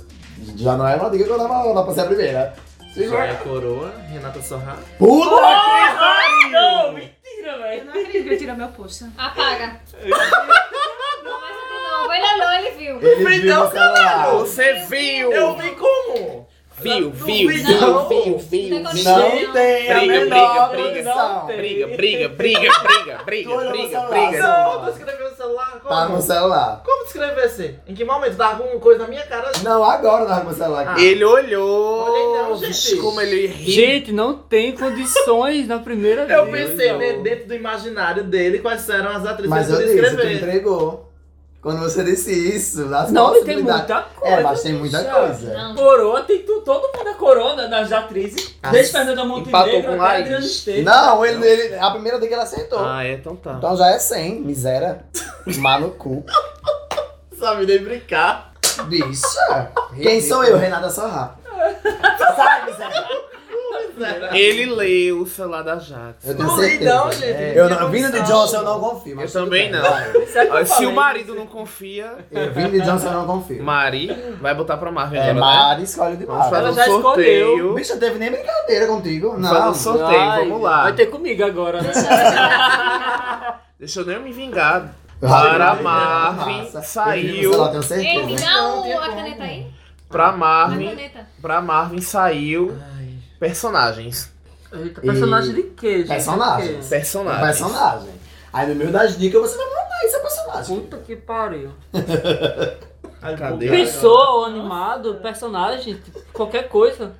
Speaker 3: Já não é uma dica que eu dava, dá pra ser a primeira.
Speaker 1: é.
Speaker 4: Joia Coroa, Renata Sorra.
Speaker 1: Oh,
Speaker 3: Puta!
Speaker 2: Não, mentira,
Speaker 6: Eu
Speaker 2: velho.
Speaker 6: não acredito que ele tirou meu post.
Speaker 5: aí. Apaga. Não, mas aqui não. Ele olhou, ele viu.
Speaker 3: Ele viu
Speaker 2: Então
Speaker 3: no celular.
Speaker 1: Você viu?
Speaker 4: vi como?
Speaker 1: Viu, viu,
Speaker 4: Não vi,
Speaker 1: viu,
Speaker 4: não.
Speaker 1: viu, viu.
Speaker 5: Não.
Speaker 3: Não tem a
Speaker 1: Briga,
Speaker 3: menor
Speaker 1: briga, briga.
Speaker 3: opção.
Speaker 1: Briga, briga, briga, briga,
Speaker 3: Tu
Speaker 1: briga,
Speaker 3: olhou no
Speaker 1: briga,
Speaker 3: celular,
Speaker 1: briga.
Speaker 4: Não, tu escreveu no celular? Como?
Speaker 3: Tá no celular.
Speaker 4: Como tu escreveu esse? Em que momento? Dá alguma coisa na minha cara?
Speaker 3: Não, agora nós vamos celular aqui.
Speaker 1: Ah. Ele olhou.
Speaker 4: Olhei não, gente.
Speaker 1: Vixe, como ele ri.
Speaker 2: Gente, não tem condições na primeira vez.
Speaker 4: Eu pensei
Speaker 2: não.
Speaker 4: né, dentro do imaginário dele quais eram as atrizes
Speaker 3: Mas
Speaker 4: que
Speaker 3: eu
Speaker 4: ele
Speaker 3: disse, tu
Speaker 4: escreveu.
Speaker 3: entregou. Quando você disse isso, das
Speaker 2: Não, mas tem
Speaker 3: possibilidades.
Speaker 2: muita coisa.
Speaker 3: É, mas tem muita
Speaker 2: bicha.
Speaker 3: coisa.
Speaker 5: Não.
Speaker 2: Coroa, tem tu, todo mundo é corona das atrizes.
Speaker 1: Ah,
Speaker 2: Desde Fernanda Montenegro
Speaker 1: empatou com
Speaker 2: até a
Speaker 1: Laís.
Speaker 2: Adriana Esteves.
Speaker 3: Não, ele, ele- a primeira dica ele aceitou.
Speaker 1: Ah, é, então tá.
Speaker 3: Então já é 100, miséria. Má no cu.
Speaker 4: Sabe nem brincar.
Speaker 3: Bicha. Quem sou eu, Renata Sorra? Sai, miséria.
Speaker 1: Ele leu o celular da Jax.
Speaker 3: Eu tenho
Speaker 4: Não li
Speaker 3: certeza.
Speaker 4: não, gente.
Speaker 1: É.
Speaker 3: Eu não, vindo de Johnson eu não confio. mas
Speaker 1: Eu
Speaker 3: tudo
Speaker 1: também
Speaker 3: bem,
Speaker 1: não.
Speaker 3: vai.
Speaker 2: Será que eu
Speaker 1: Ó, Se
Speaker 2: falei?
Speaker 1: o marido não confia,
Speaker 3: Eu vindo de Johnson eu não confio.
Speaker 1: Mari vai botar pra Marvin
Speaker 3: É,
Speaker 1: agora, né?
Speaker 3: Mari escolhe de
Speaker 1: Vamos
Speaker 3: Mari.
Speaker 2: Ela
Speaker 1: fazer
Speaker 2: já
Speaker 1: um sorteio.
Speaker 2: escolheu.
Speaker 1: Vamos
Speaker 3: Bicha, teve nem brincadeira contigo.
Speaker 1: fazer
Speaker 3: Não.
Speaker 1: um sorteio,
Speaker 2: Ai,
Speaker 1: vamos lá.
Speaker 2: Vai ter comigo agora, né?
Speaker 1: Deixa eu nem me vingar.
Speaker 3: Vai,
Speaker 1: Para
Speaker 3: vai,
Speaker 1: Marvin,
Speaker 3: massa. Eu vi no
Speaker 1: saiu.
Speaker 3: celular, tenho
Speaker 5: Ei, me
Speaker 3: certeza.
Speaker 5: dá o, a caneta aí.
Speaker 4: Ah.
Speaker 1: Pra
Speaker 5: A
Speaker 1: Marvin,
Speaker 5: caneta.
Speaker 1: pra Marvin saiu personagens.
Speaker 2: Eita,
Speaker 3: personagem
Speaker 2: personagem
Speaker 3: de
Speaker 2: de quê, gente?
Speaker 3: Personagem. Um
Speaker 1: Personagens.
Speaker 3: personagem. Aí no meio das dicas você vai mandar esse personagem.
Speaker 2: Puta que pariu.
Speaker 1: Cadê?
Speaker 2: Pessoa ou animado, personagem, tipo, qualquer coisa.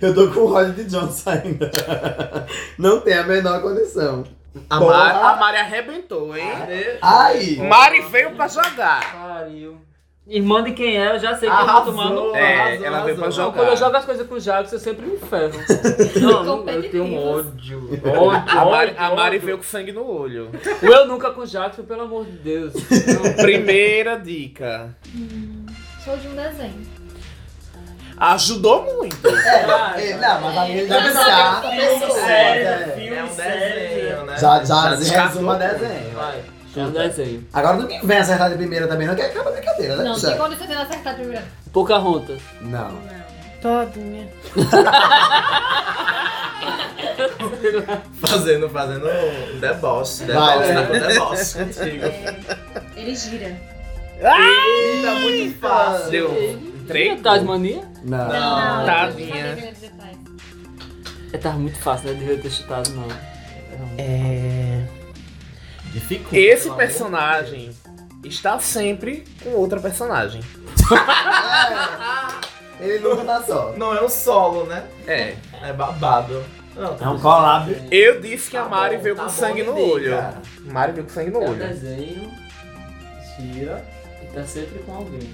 Speaker 3: Eu tô com o Holly de Johnson ainda. Não tem a menor condição.
Speaker 1: A, Mari, a Mari arrebentou, hein?
Speaker 3: Aí!
Speaker 1: Mari veio pra jogar.
Speaker 2: Pariu. Irmã de quem é, eu já sei que eu
Speaker 4: Arrasou,
Speaker 2: vou tomar no.
Speaker 1: É,
Speaker 4: arrasou,
Speaker 1: ela veio pra
Speaker 4: arrasou.
Speaker 1: jogar.
Speaker 2: Quando eu jogo as coisas com o Jax, eu sempre me ferro. Não, eu tenho um ódio. Ódio,
Speaker 1: A Mari,
Speaker 2: ódio,
Speaker 1: a Mari
Speaker 2: ódio.
Speaker 1: veio com sangue no olho.
Speaker 2: O eu nunca com o Jackson, pelo amor de Deus. Não.
Speaker 1: Primeira dica.
Speaker 5: Show de um desenho.
Speaker 1: Ajudou muito.
Speaker 3: É, é, não, mas a minha já
Speaker 5: Eu
Speaker 3: pensava
Speaker 5: sabia que
Speaker 3: pessoa.
Speaker 2: série,
Speaker 3: né?
Speaker 4: É um
Speaker 2: sério.
Speaker 4: desenho, né?
Speaker 3: Já, já
Speaker 1: descartou
Speaker 3: resuma
Speaker 1: tudo.
Speaker 3: desenho.
Speaker 2: Vai, é um desenho.
Speaker 3: Agora não me vem acertar de primeira também, não, que acaba a brincadeira, né?
Speaker 5: Não,
Speaker 3: bicha?
Speaker 5: tem condição de acertar tá primeiro.
Speaker 2: Pocahontas.
Speaker 3: Não.
Speaker 6: Todinha.
Speaker 4: Fazendo, fazendo um deboche.
Speaker 3: Vai,
Speaker 4: Deboche,
Speaker 3: né?
Speaker 4: né? Deboche
Speaker 1: Tá
Speaker 4: contigo.
Speaker 6: Ele gira.
Speaker 4: Tá muito fácil.
Speaker 1: Deu três.
Speaker 2: É Tasmania?
Speaker 3: Não.
Speaker 5: Não, tá
Speaker 1: tadinha.
Speaker 5: eu sabia que ele ia acertar isso.
Speaker 2: É, tá muito fácil, né? Devia ter chutado, não. É um
Speaker 4: Dificulta.
Speaker 1: Esse
Speaker 4: pelo amor de
Speaker 1: personagem está sempre com outra personagem.
Speaker 3: Ele nunca tá só.
Speaker 4: Deus. Não é um solo, né?
Speaker 1: É.
Speaker 4: É babado. Não,
Speaker 3: É um collab.
Speaker 1: Eu disse que a
Speaker 4: Tá
Speaker 1: Mari
Speaker 4: bom,
Speaker 1: veio
Speaker 4: tá
Speaker 1: com
Speaker 4: bom,
Speaker 1: sangue no
Speaker 4: me diga. Tá
Speaker 1: olho. Mari veio com sangue no
Speaker 2: É um
Speaker 1: olho.
Speaker 2: desenho, gira e tá sempre com alguém.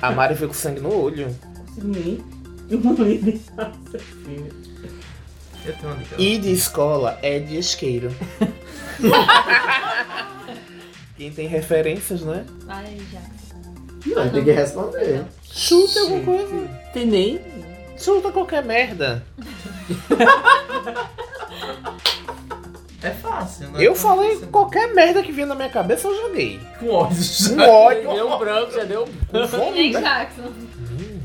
Speaker 1: A Mari veio com sangue no olho.
Speaker 2: Sim. Eu não li deixar ser filho.
Speaker 4: Eu tenho uma dica.
Speaker 1: E de escola é de isqueiro. Quem tem referências, né?
Speaker 5: Vai, Jax.
Speaker 3: Não, tem que responder.
Speaker 1: Chuta alguma coisa.
Speaker 2: Tem nem.
Speaker 1: Chuta qualquer merda.
Speaker 4: É fácil, né?
Speaker 1: Eu falei
Speaker 4: Fácil.
Speaker 1: qualquer merda que vinha na minha cabeça, eu joguei.
Speaker 4: com ódio.
Speaker 1: Um ódio.
Speaker 2: Deu branco, já deu
Speaker 1: Com fome,
Speaker 5: Nem
Speaker 1: né?
Speaker 5: Jackson.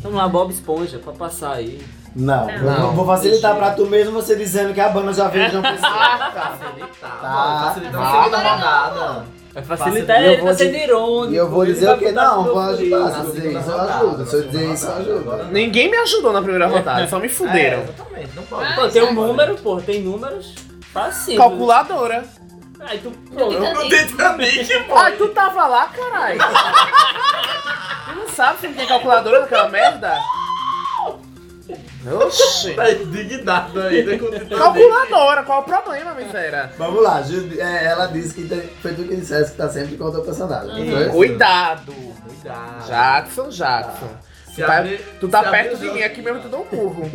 Speaker 2: Vamos lá, Bob Esponja, pra passar aí.
Speaker 3: Não,
Speaker 6: Não.
Speaker 3: eu não vou facilitar pra tu mesmo você dizendo que a banda já veio de uma pessoa.
Speaker 4: Ah, tá, facilitar. Tá, facilitar
Speaker 3: tá.
Speaker 4: uma segunda
Speaker 5: Agora não.
Speaker 4: rodada.
Speaker 2: É Vai facilitar
Speaker 3: E eu
Speaker 2: ele,
Speaker 3: vou
Speaker 2: tá sendo
Speaker 3: dizer-
Speaker 2: irônico.
Speaker 3: E eu vou
Speaker 2: ele
Speaker 3: dizer
Speaker 2: vai
Speaker 3: o quê?
Speaker 2: botar
Speaker 3: Não,
Speaker 2: tudo
Speaker 3: vou
Speaker 2: frio.
Speaker 3: ajudar. Se eu dizer isso, eu ajudo. Se eu dizer isso, eu ajudo.
Speaker 1: Ninguém me ajudou na primeira rodada, só me fuderam.
Speaker 4: Fuderam. É, exatamente, não pode.
Speaker 2: Pô, tem um número, pô, tem números. Fácil.
Speaker 1: Calculadora.
Speaker 2: Aí tu, pô,
Speaker 5: Então,
Speaker 4: No
Speaker 5: assim,
Speaker 4: Titanic, pô.
Speaker 1: Ai, tu tava lá, caralho. tu não sabe se não tem calculadora naquela merda? Oxi.
Speaker 4: Tá indignado ainda com o Titanic.
Speaker 1: Calculadora, qual o problema, miséria?
Speaker 3: Vamos lá, Ju- é, ela disse que tem- foi tu que dissesse que tá sempre contra o personagem. não foi?
Speaker 1: Cuidado.
Speaker 4: Cuidado.
Speaker 1: Jackson, Jackson.
Speaker 4: Se
Speaker 1: Tu tá,
Speaker 4: abrir-
Speaker 1: tu tá
Speaker 4: se
Speaker 1: perto
Speaker 4: abrir
Speaker 1: de
Speaker 4: os
Speaker 1: mim aqui mesmo, tu dá um burro.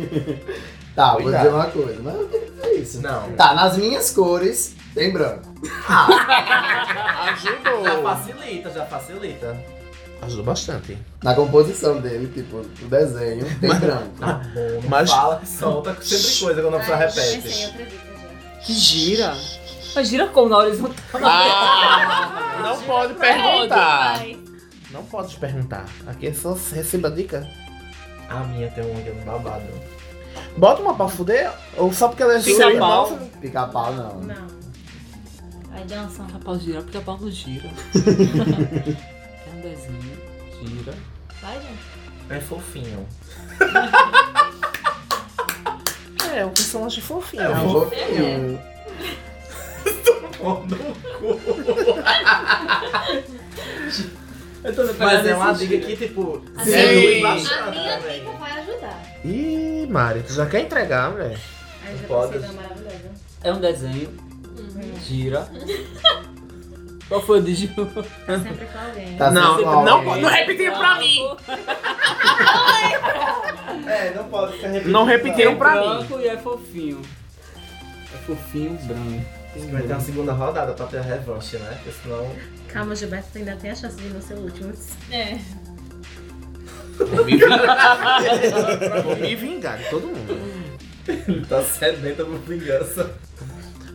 Speaker 3: Tá, vou
Speaker 1: Cuidado.
Speaker 3: dizer uma coisa, mas eu queria dizer isso.
Speaker 4: Não.
Speaker 3: Tá, nas minhas cores tem branco.
Speaker 4: Já
Speaker 1: Ajudou. Tá
Speaker 4: facilita, já facilita.
Speaker 1: Ajudou bastante.
Speaker 3: Na composição dele, tipo, o desenho tem branco.
Speaker 1: Ah, Mas
Speaker 4: Tá Fala que solta sempre coisa quando a pessoa
Speaker 5: ai, pensei,
Speaker 4: repete.
Speaker 5: outra dica já.
Speaker 1: que gira.
Speaker 2: mas gira como na horizontal.
Speaker 1: Ah, não pode perguntar.
Speaker 5: Vai.
Speaker 1: Não pode perguntar. Aqui é só receba dica.
Speaker 4: A minha tem um olho babado.
Speaker 1: Bota uma pra fuder? Ou só porque ela é
Speaker 2: Fica
Speaker 1: sua
Speaker 2: mal.
Speaker 1: irmã?
Speaker 3: Pica-pau, não. né?
Speaker 5: Não. Vai, um Johnson.
Speaker 2: Capaz de girar porque a Tá pau não gira. Tem um desenho, gira.
Speaker 5: Vai, Johnson.
Speaker 4: É fofinho.
Speaker 1: É, o personagem fofinho.
Speaker 4: É,
Speaker 3: É um
Speaker 4: eu
Speaker 3: fofinho.
Speaker 2: Eu tô
Speaker 4: Mas é uma dica que, tipo,
Speaker 5: A
Speaker 1: Sim.
Speaker 4: é muito
Speaker 5: minha- A
Speaker 4: baixada,
Speaker 5: minha
Speaker 4: né, velho.
Speaker 5: dica vai ajudar.
Speaker 1: Ih, Mari, tu já quer entregar, mulher?
Speaker 5: Aí já
Speaker 4: Pode.
Speaker 5: pensei na maravilhosa.
Speaker 2: É um desenho,
Speaker 1: Uhum.
Speaker 2: gira. Qual foi o de Gil?
Speaker 5: Sempre com alguém.
Speaker 3: Tá
Speaker 1: Não,
Speaker 3: sendo
Speaker 1: não,
Speaker 3: mal,
Speaker 1: não,
Speaker 3: hein?
Speaker 1: não repetiu pra mim.
Speaker 4: É, não pode né? ficar repetindo.
Speaker 1: Não
Speaker 2: Tem
Speaker 1: repetiram
Speaker 2: um
Speaker 1: pra mim.
Speaker 2: branco e é fofinho. É fofinho, branco.
Speaker 4: Vai ter uma segunda rodada pra ter a revanche, né? Porque senão.
Speaker 6: Calma, Gilberto, tu ainda tem a chance de não ser o último.
Speaker 5: É.
Speaker 1: Vou me vingar. Vou me vingar de todo mundo.
Speaker 4: Ele tá sedenta por vingança.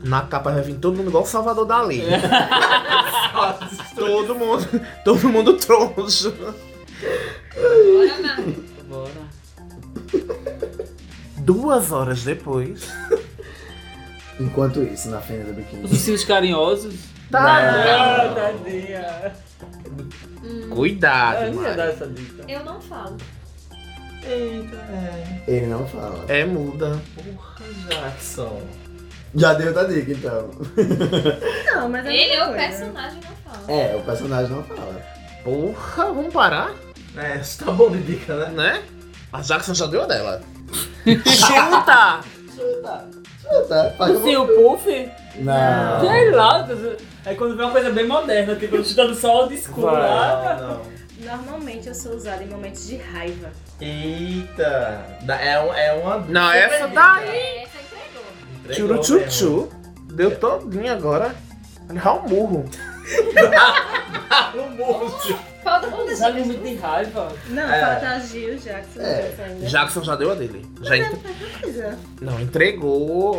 Speaker 1: Na capa vai vir todo mundo igual o Salvador Dali. Todo mundo, todo mundo troncho.
Speaker 5: Bora, Marcos.
Speaker 2: Bora.
Speaker 1: Duas horas depois.
Speaker 3: Enquanto isso, na fenda do biquíni.
Speaker 2: Os cílios carinhosos.
Speaker 1: Tá.
Speaker 2: Ah, tadinha. Eu
Speaker 1: Cuidado,
Speaker 2: não ia dar
Speaker 1: Mari.
Speaker 2: essa dica.
Speaker 5: Eu não falo.
Speaker 4: Eita, é.
Speaker 3: Ele não fala.
Speaker 1: É muda.
Speaker 4: Porra, Jackson.
Speaker 3: Já deu da dica, então.
Speaker 6: Não, mas é
Speaker 5: Ele é o
Speaker 6: outra coisa.
Speaker 5: personagem não fala.
Speaker 3: É, o personagem não fala.
Speaker 1: Porra, vamos parar,
Speaker 4: É, isso tá bom de dica, né?
Speaker 1: né? A Jackson já deu a dela. Chuta!
Speaker 3: Tá, faz
Speaker 2: O
Speaker 3: um...
Speaker 2: seu puff?
Speaker 3: Não.
Speaker 2: Sei lá. É quando vem uma coisa bem moderna, tipo, eu chutando só o disco lá.
Speaker 4: Não, não.
Speaker 6: Normalmente eu sou usada em momentos de raiva.
Speaker 4: Eita. Dá- É, um- é uma.
Speaker 1: Não, essa
Speaker 4: dá.
Speaker 1: daí.
Speaker 5: Essa é entregou.
Speaker 1: Tchuru tchu tchu. Deu todinha agora. Olha o murro.
Speaker 4: No
Speaker 1: Um
Speaker 4: monte.
Speaker 5: Falta pra
Speaker 2: Os
Speaker 5: deixar.
Speaker 2: olhos muito de raiva.
Speaker 6: Não,
Speaker 4: É.
Speaker 6: falta Gil, Jackson,
Speaker 3: É.
Speaker 6: Jackson ainda.
Speaker 1: Jackson já deu a dele. Já entre-
Speaker 6: Coisa.
Speaker 1: Não, entregou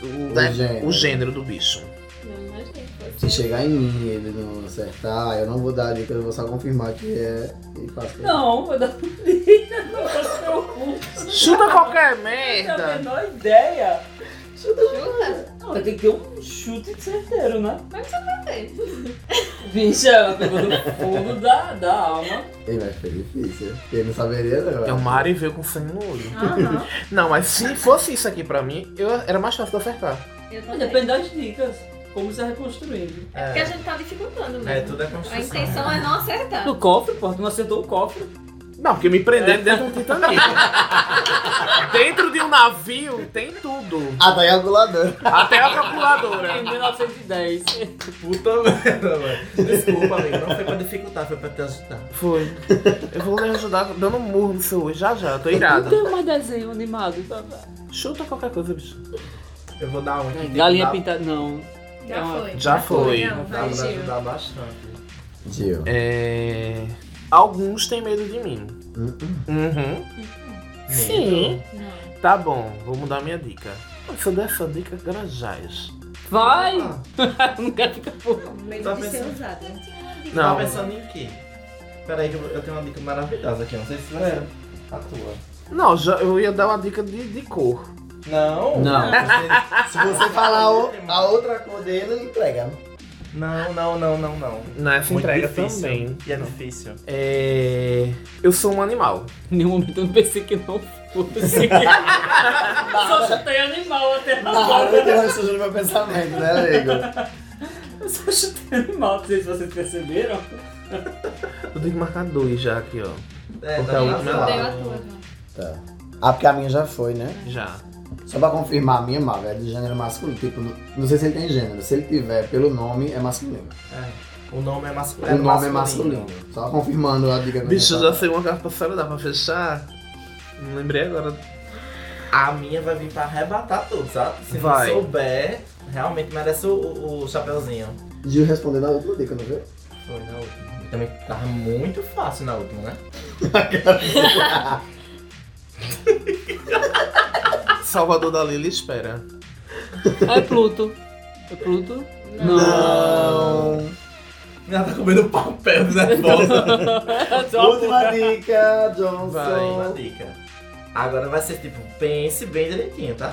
Speaker 1: o,
Speaker 3: O gênero.
Speaker 1: o gênero do bicho.
Speaker 5: Não imaginei que fosse.
Speaker 3: Se chegar em mim e ele não acertar, eu não vou dar a dica, eu vou só confirmar que é e faço.
Speaker 2: Não, vou dar polícia, não vou ser o cu.
Speaker 1: Chuta qualquer
Speaker 2: Não tenho a
Speaker 1: merda.
Speaker 2: menor ideia.
Speaker 5: Chuta.
Speaker 2: Não, tem que ter um chute certeiro, né?
Speaker 5: Tem.
Speaker 2: Bicha, ela pegou do fundo da, da alma.
Speaker 3: Ele vai ficar difícil. Ele não saberia, não. né?
Speaker 1: É o Mari veio com sangue no olho.
Speaker 6: Aham.
Speaker 1: Não, mas se fosse isso aqui pra mim, eu, era mais fácil de acertar.
Speaker 5: Eu
Speaker 2: Mas
Speaker 5: também.
Speaker 2: Depende das dicas. Como você é reconstruindo.
Speaker 5: É porque a gente tá dificultando
Speaker 4: É,
Speaker 5: mesmo.
Speaker 4: tudo é
Speaker 5: A
Speaker 4: construção.
Speaker 5: intenção é não acertar.
Speaker 2: No cofre, pô, tu não acertou o cofre.
Speaker 1: Não, porque me prenderam dentro de um Titanic. dentro de um navio tem tudo.
Speaker 5: Ah, tá
Speaker 3: Até calculador.
Speaker 1: Até a calculadora.
Speaker 2: Em 1910.
Speaker 4: Puta merda, velho. Desculpa, amigo. Não foi pra dificultar, foi pra te ajudar.
Speaker 1: Foi. Eu vou lhe ajudar dando um murro no seu olho. Já já, eu tô
Speaker 2: Não
Speaker 1: irado.
Speaker 2: tem um mais desenho animado. tá?
Speaker 1: Chuta qualquer coisa, bicho.
Speaker 4: Eu vou dar um aqui.
Speaker 2: Galinha
Speaker 4: dá-
Speaker 2: pintada. Não.
Speaker 5: Já foi.
Speaker 1: Já foi.
Speaker 6: Não,
Speaker 4: Dá pra
Speaker 6: vai, Gil.
Speaker 4: ajudar bastante.
Speaker 3: Gil.
Speaker 1: É... Alguns têm medo de mim. Uhum. Sim.
Speaker 5: Não.
Speaker 1: Tá bom, vou mudar minha dica. Se eu der essa dica, garajás.
Speaker 2: Vai!
Speaker 4: Ah.
Speaker 2: não quero ficar porra.
Speaker 6: Medo
Speaker 4: Tá
Speaker 6: de
Speaker 4: pensando-
Speaker 6: ser usada.
Speaker 1: Não.
Speaker 4: Tava pensando em quê? Peraí, que eu, eu tenho uma dica maravilhosa aqui. Não sei se vai ser a tua.
Speaker 1: Não, já, eu ia dar uma dica de, de cor.
Speaker 4: Não.
Speaker 3: Não.
Speaker 4: Você-
Speaker 3: Se você falar o- a outra cor dele, ele entrega. né?
Speaker 4: Não, não, não, não, não.
Speaker 1: Nessa
Speaker 4: Muito
Speaker 1: né? entrega
Speaker 4: difícil.
Speaker 1: também.
Speaker 4: E é difícil.
Speaker 1: É... Eu sou um animal.
Speaker 2: Em nenhum momento eu não pensei que não fosse. Só chutei animal até
Speaker 3: Nada que surgiu no Ah, meu pensamento, né, amigo?
Speaker 2: Eu só chutei animal, não sei se vocês perceberam.
Speaker 1: Eu tenho que marcar dois já aqui, ó.
Speaker 4: É,
Speaker 1: Porque
Speaker 4: tá
Speaker 1: a
Speaker 4: bem,
Speaker 1: última é
Speaker 4: tá
Speaker 5: Eu
Speaker 1: lá.
Speaker 4: bem.
Speaker 5: tenho a tua. né?
Speaker 3: Tá. Ah, porque a minha já foi, né?
Speaker 1: Já.
Speaker 3: Só pra confirmar, a minha Marvel é de gênero masculino. Tipo, não não sei se ele tem gênero. Se ele tiver pelo nome, é masculino.
Speaker 4: É. O nome é masculino.
Speaker 3: o nome é masculino. Só confirmando a dica tá? que eu
Speaker 1: Bicho, eu
Speaker 3: tinha
Speaker 1: já sei uma carta pra dá pra fechar? Não lembrei agora.
Speaker 4: A minha vai vir pra arrebatar tudo, sabe? Se
Speaker 1: Vai.
Speaker 4: não souber, realmente merece o, o, o chapeuzinho.
Speaker 3: falado. Gil respondendo a outra dica, não viu?
Speaker 4: Foi na última. Também tava muito fácil na última, né?
Speaker 1: Salvador da Lila espera.
Speaker 2: Ah, é Pluto. É Pluto?
Speaker 3: Não!
Speaker 4: Ela tá comendo papel de nervosa.
Speaker 2: É Tá
Speaker 3: Última dica, Johnson.
Speaker 4: Uma dica. Agora vai ser tipo, pense bem direitinho, tá?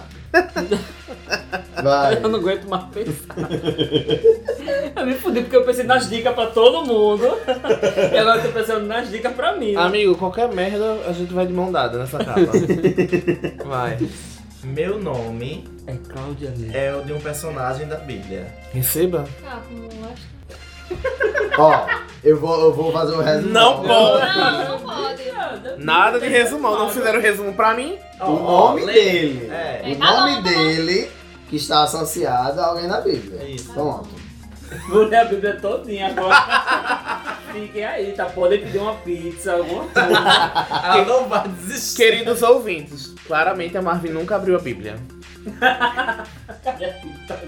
Speaker 3: Vai.
Speaker 2: Eu não aguento mais pensar. Eu me fudi porque eu pensei nas dicas pra todo mundo. E agora eu tô pensando nas dicas pra mim. né?
Speaker 1: Amigo, qualquer merda a gente vai de mão dada nessa capa. vai.
Speaker 4: Meu nome
Speaker 2: É Cláudia Leite.
Speaker 4: é o de um personagem da Bíblia.
Speaker 1: Receba?
Speaker 5: Tá, como acho que-
Speaker 3: Ó, eu vou, eu vou fazer o resumo.
Speaker 5: Não, não pode. Tá
Speaker 1: Nada de resumão. Não fizeram resumo pra mim?
Speaker 4: Ó,
Speaker 3: O
Speaker 4: ó,
Speaker 3: nome
Speaker 4: lê.
Speaker 3: dele.
Speaker 4: É,
Speaker 3: O nome dele que está associado a alguém na
Speaker 4: é
Speaker 3: Bíblia. Então,
Speaker 4: isso.
Speaker 3: Pronto.
Speaker 2: Vou ler a Bíblia todinha agora. Fiquem aí, tá? Podem pedir uma pizza, alguma coisa.
Speaker 4: Ela Ah, não vai desistir.
Speaker 1: Queridos ouvintes, claramente a Marvin nunca abriu a Bíblia.
Speaker 2: Cadê a pizza?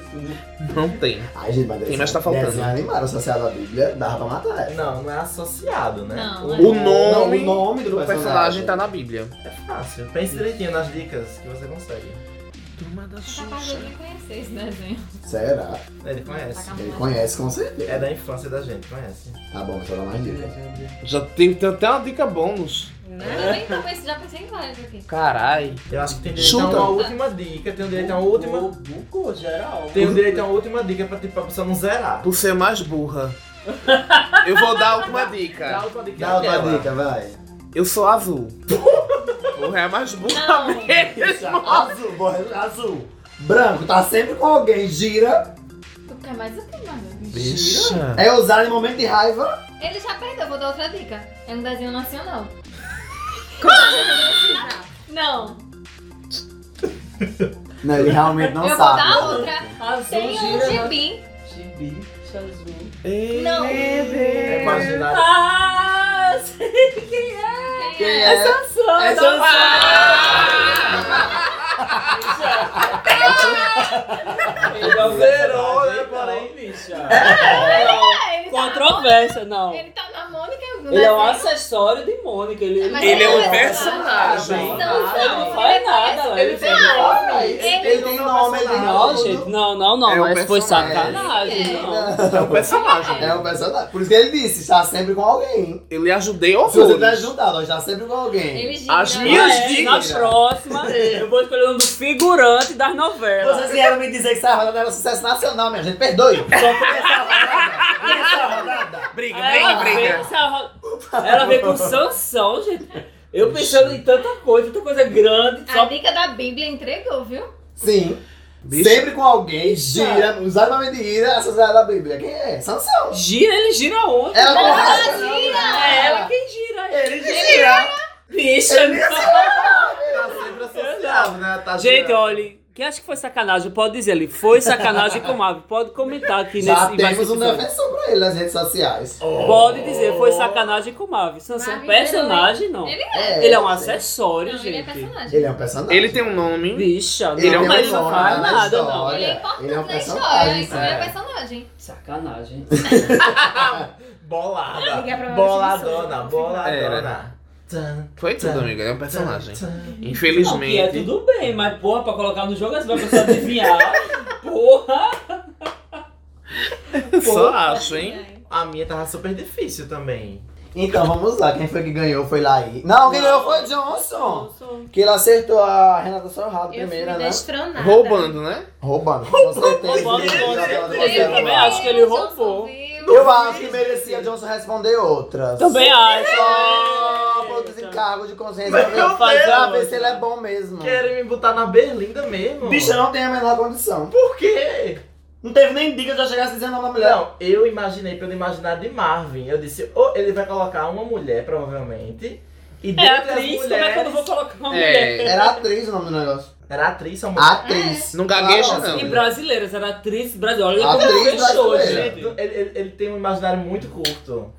Speaker 1: Não tem.
Speaker 3: Ai, gente, mas
Speaker 1: Quem mais tá faltando?
Speaker 3: desenho animado associado à Bíblia, dava pra matar essa.
Speaker 4: Não, não é associado, né?
Speaker 6: Não,
Speaker 1: O
Speaker 3: Não,
Speaker 1: nome,
Speaker 3: o nome do
Speaker 1: do
Speaker 3: personagem.
Speaker 1: personagem tá na Bíblia.
Speaker 4: É fácil. Pense direitinho nas dicas que você consegue.
Speaker 1: Turma da
Speaker 5: Tá capaz de eu nem conhecer esse desenho.
Speaker 3: Será?
Speaker 4: É, Ele conhece.
Speaker 5: Tá
Speaker 3: Ele conhece com certeza.
Speaker 4: É da infância da gente, conhece.
Speaker 3: Tá bom, só dá mais dica.
Speaker 1: Já tem, tem até uma dica bônus.
Speaker 5: Eu nem tô pensando, já pensei em vários aqui.
Speaker 1: Carai.
Speaker 4: Eu acho que tem direito
Speaker 1: Chuta.
Speaker 4: a uma última dica, tem um direito a uma última.
Speaker 2: Buco geral.
Speaker 4: Tem um direito a uma última dica pra, tipo, pra pessoa não zerar.
Speaker 1: Por ser mais burra. Eu vou dar a última
Speaker 4: Dá a
Speaker 1: dica.
Speaker 4: última dica.
Speaker 3: Dá outra
Speaker 4: aquela.
Speaker 3: dica, vai.
Speaker 1: Eu sou azul. Burra é a mais burra
Speaker 6: Não.
Speaker 1: mesmo.
Speaker 3: Azul, bora, azul. Branco, tá sempre com alguém, gira.
Speaker 5: Tu quer mais o que, mano?
Speaker 1: Bicha.
Speaker 3: É usado em momento de raiva.
Speaker 5: Ele já perdeu, vou dar outra dica. É um desenho nacional. Não,
Speaker 3: Não, ele realmente não
Speaker 5: eu vou
Speaker 3: sabe.
Speaker 5: dar outra.
Speaker 2: Azul,
Speaker 5: Tem um
Speaker 2: gira,
Speaker 5: gibi.
Speaker 2: gibi, azul.
Speaker 4: né?
Speaker 5: Não.
Speaker 4: É imaginário.
Speaker 2: Ah, sei quem é.
Speaker 5: Quem é?
Speaker 3: é?
Speaker 2: Sansão.
Speaker 3: É Sansão.
Speaker 2: é é um
Speaker 4: Zerou, né, porém?
Speaker 2: Porém, bicha.
Speaker 5: Ele tá,
Speaker 2: Controvérsia, não.
Speaker 5: ele tá na Mônica. no
Speaker 2: Ele é um
Speaker 5: desenho.
Speaker 2: acessório de Mônica. Ele,
Speaker 5: Mas
Speaker 1: Ele é um
Speaker 5: não
Speaker 1: personagem.
Speaker 5: Não,
Speaker 2: Ele
Speaker 5: não,
Speaker 2: não faz nada.
Speaker 4: Ele tem nome.
Speaker 5: Ele- é um
Speaker 3: Ele tem nome, ele é um tem
Speaker 2: Não,
Speaker 3: nome.
Speaker 2: gente, não, não, não.
Speaker 1: É um
Speaker 2: mas foi
Speaker 1: personagem.
Speaker 2: sacanagem,
Speaker 5: É.
Speaker 2: não.
Speaker 1: É um personagem. é
Speaker 3: É um personagem. Por isso que ele disse, está sempre com alguém.
Speaker 1: Eu lhe ajudei
Speaker 3: Se você tá
Speaker 1: horrores.
Speaker 3: ajudado, está sempre com alguém.
Speaker 5: Ele gira.
Speaker 1: As
Speaker 5: né?
Speaker 1: minhas-
Speaker 2: É, na
Speaker 1: dicas.
Speaker 2: próxima, eu vou escolher o nome do figurante das novelas.
Speaker 3: Vocês vieram me dizer que essa rodada era um sucesso nacional, minha gente. Perdoe. Só por essa rodada. Por essa rodada.
Speaker 1: Briga, briga,
Speaker 2: Ela veio,
Speaker 1: briga.
Speaker 2: essa- ela veio com Sansão, gente. Eu pensando em tanta coisa, tanta coisa grande.
Speaker 5: A
Speaker 2: Só...
Speaker 5: dica da Bíblia entregou, viu?
Speaker 3: Sim.
Speaker 1: Bicho.
Speaker 3: Sempre com alguém,
Speaker 5: É.
Speaker 3: gira, usar o nome de ira, associado à Bíblia. Quem é? Sansão.
Speaker 2: Gira, ele gira onde?
Speaker 3: Ela
Speaker 5: Ela
Speaker 3: não
Speaker 5: gira.
Speaker 2: É ela quem gira.
Speaker 3: Ele gira.
Speaker 2: Bicha,
Speaker 4: Tá sempre associado, né? Tá
Speaker 2: Gente,
Speaker 4: girando.
Speaker 2: olha, quem acha que foi sacanagem, pode dizer ali. Foi sacanagem com o Marvel. Pode comentar aqui
Speaker 3: Já
Speaker 2: nesse.
Speaker 3: temos um
Speaker 2: episódio.
Speaker 3: defensor pra ele nas redes sociais.
Speaker 4: Oh,
Speaker 2: Pode dizer, foi sacanagem com o Marvel. Sansão,
Speaker 5: Marvel
Speaker 2: personagem, não.
Speaker 5: Ele
Speaker 2: Ele é um
Speaker 3: sim.
Speaker 2: acessório,
Speaker 5: Não, ele é
Speaker 2: gente.
Speaker 5: personagem.
Speaker 3: Ele é um personagem.
Speaker 1: Ele tem um nome.
Speaker 2: Bicha,
Speaker 3: Ele é
Speaker 2: não, mas
Speaker 3: um
Speaker 2: não
Speaker 3: personagem
Speaker 2: faz
Speaker 3: na
Speaker 2: nada, não.
Speaker 3: história.
Speaker 5: Ele é
Speaker 3: Olha,
Speaker 5: importante
Speaker 3: ele é um
Speaker 5: na história,
Speaker 3: personagem,
Speaker 5: isso é
Speaker 4: é.
Speaker 5: personagem.
Speaker 2: Sacanagem.
Speaker 4: Bolada.
Speaker 5: Ligar pra
Speaker 4: Boladona,
Speaker 5: Maurício.
Speaker 4: boladona. Tan,
Speaker 1: Foi tudo,
Speaker 3: Tá.
Speaker 4: tan,
Speaker 1: amigo. Ele é um personagem.
Speaker 4: tan, tan.
Speaker 2: Não, que é
Speaker 1: Infelizmente.
Speaker 2: tudo bem, mas porra, pra colocar no jogo, você vai precisar adivinhar. Porra!
Speaker 1: Só acho, hein?
Speaker 5: É.
Speaker 4: A minha tava super difícil também.
Speaker 3: Então vamos lá, quem foi que ganhou foi Laís. Não, quem ganhou foi Johnson. Que ele acertou a Renata Sorrado
Speaker 7: Eu fui
Speaker 3: primeira, né?
Speaker 7: destronada.
Speaker 1: Roubando, né?
Speaker 3: Roubando, com certeza.
Speaker 2: Roubando, com
Speaker 3: Já tava
Speaker 2: certeza.
Speaker 3: devolvendo
Speaker 2: também
Speaker 3: lá.
Speaker 2: acho que ele roubou.
Speaker 3: Eu acho que merecia Johnson responder outras.
Speaker 2: Também acho.
Speaker 3: Só por desencargo de consciência.
Speaker 4: Meu
Speaker 3: pra
Speaker 4: Deus.
Speaker 3: ver- pra ver se ele é bom mesmo.
Speaker 4: Querem me botar na berlinda mesmo?
Speaker 3: Bicha, não tem a menor condição.
Speaker 4: por quê?
Speaker 3: Não teve nem dica de já chegasse dizendo o nome da mulher.
Speaker 4: Não, eu imaginei pelo imaginário de Marvin. Eu disse, ou ele vai colocar uma mulher, provavelmente. E
Speaker 2: É
Speaker 4: dentre as
Speaker 2: atriz, como é que eu não vou colocar uma mulher?
Speaker 1: É.
Speaker 3: Era atriz o nome do negócio.
Speaker 4: Era atriz, só mulher.
Speaker 3: Atriz.
Speaker 1: Não gagueja,
Speaker 3: Ah,
Speaker 1: não.
Speaker 2: E
Speaker 1: né?
Speaker 2: brasileiras, era atriz brasileira. Olha
Speaker 3: Atriz
Speaker 2: como fechou,
Speaker 3: brasileira.
Speaker 2: gente.
Speaker 4: Ele, ele- ele tem um imaginário muito curto.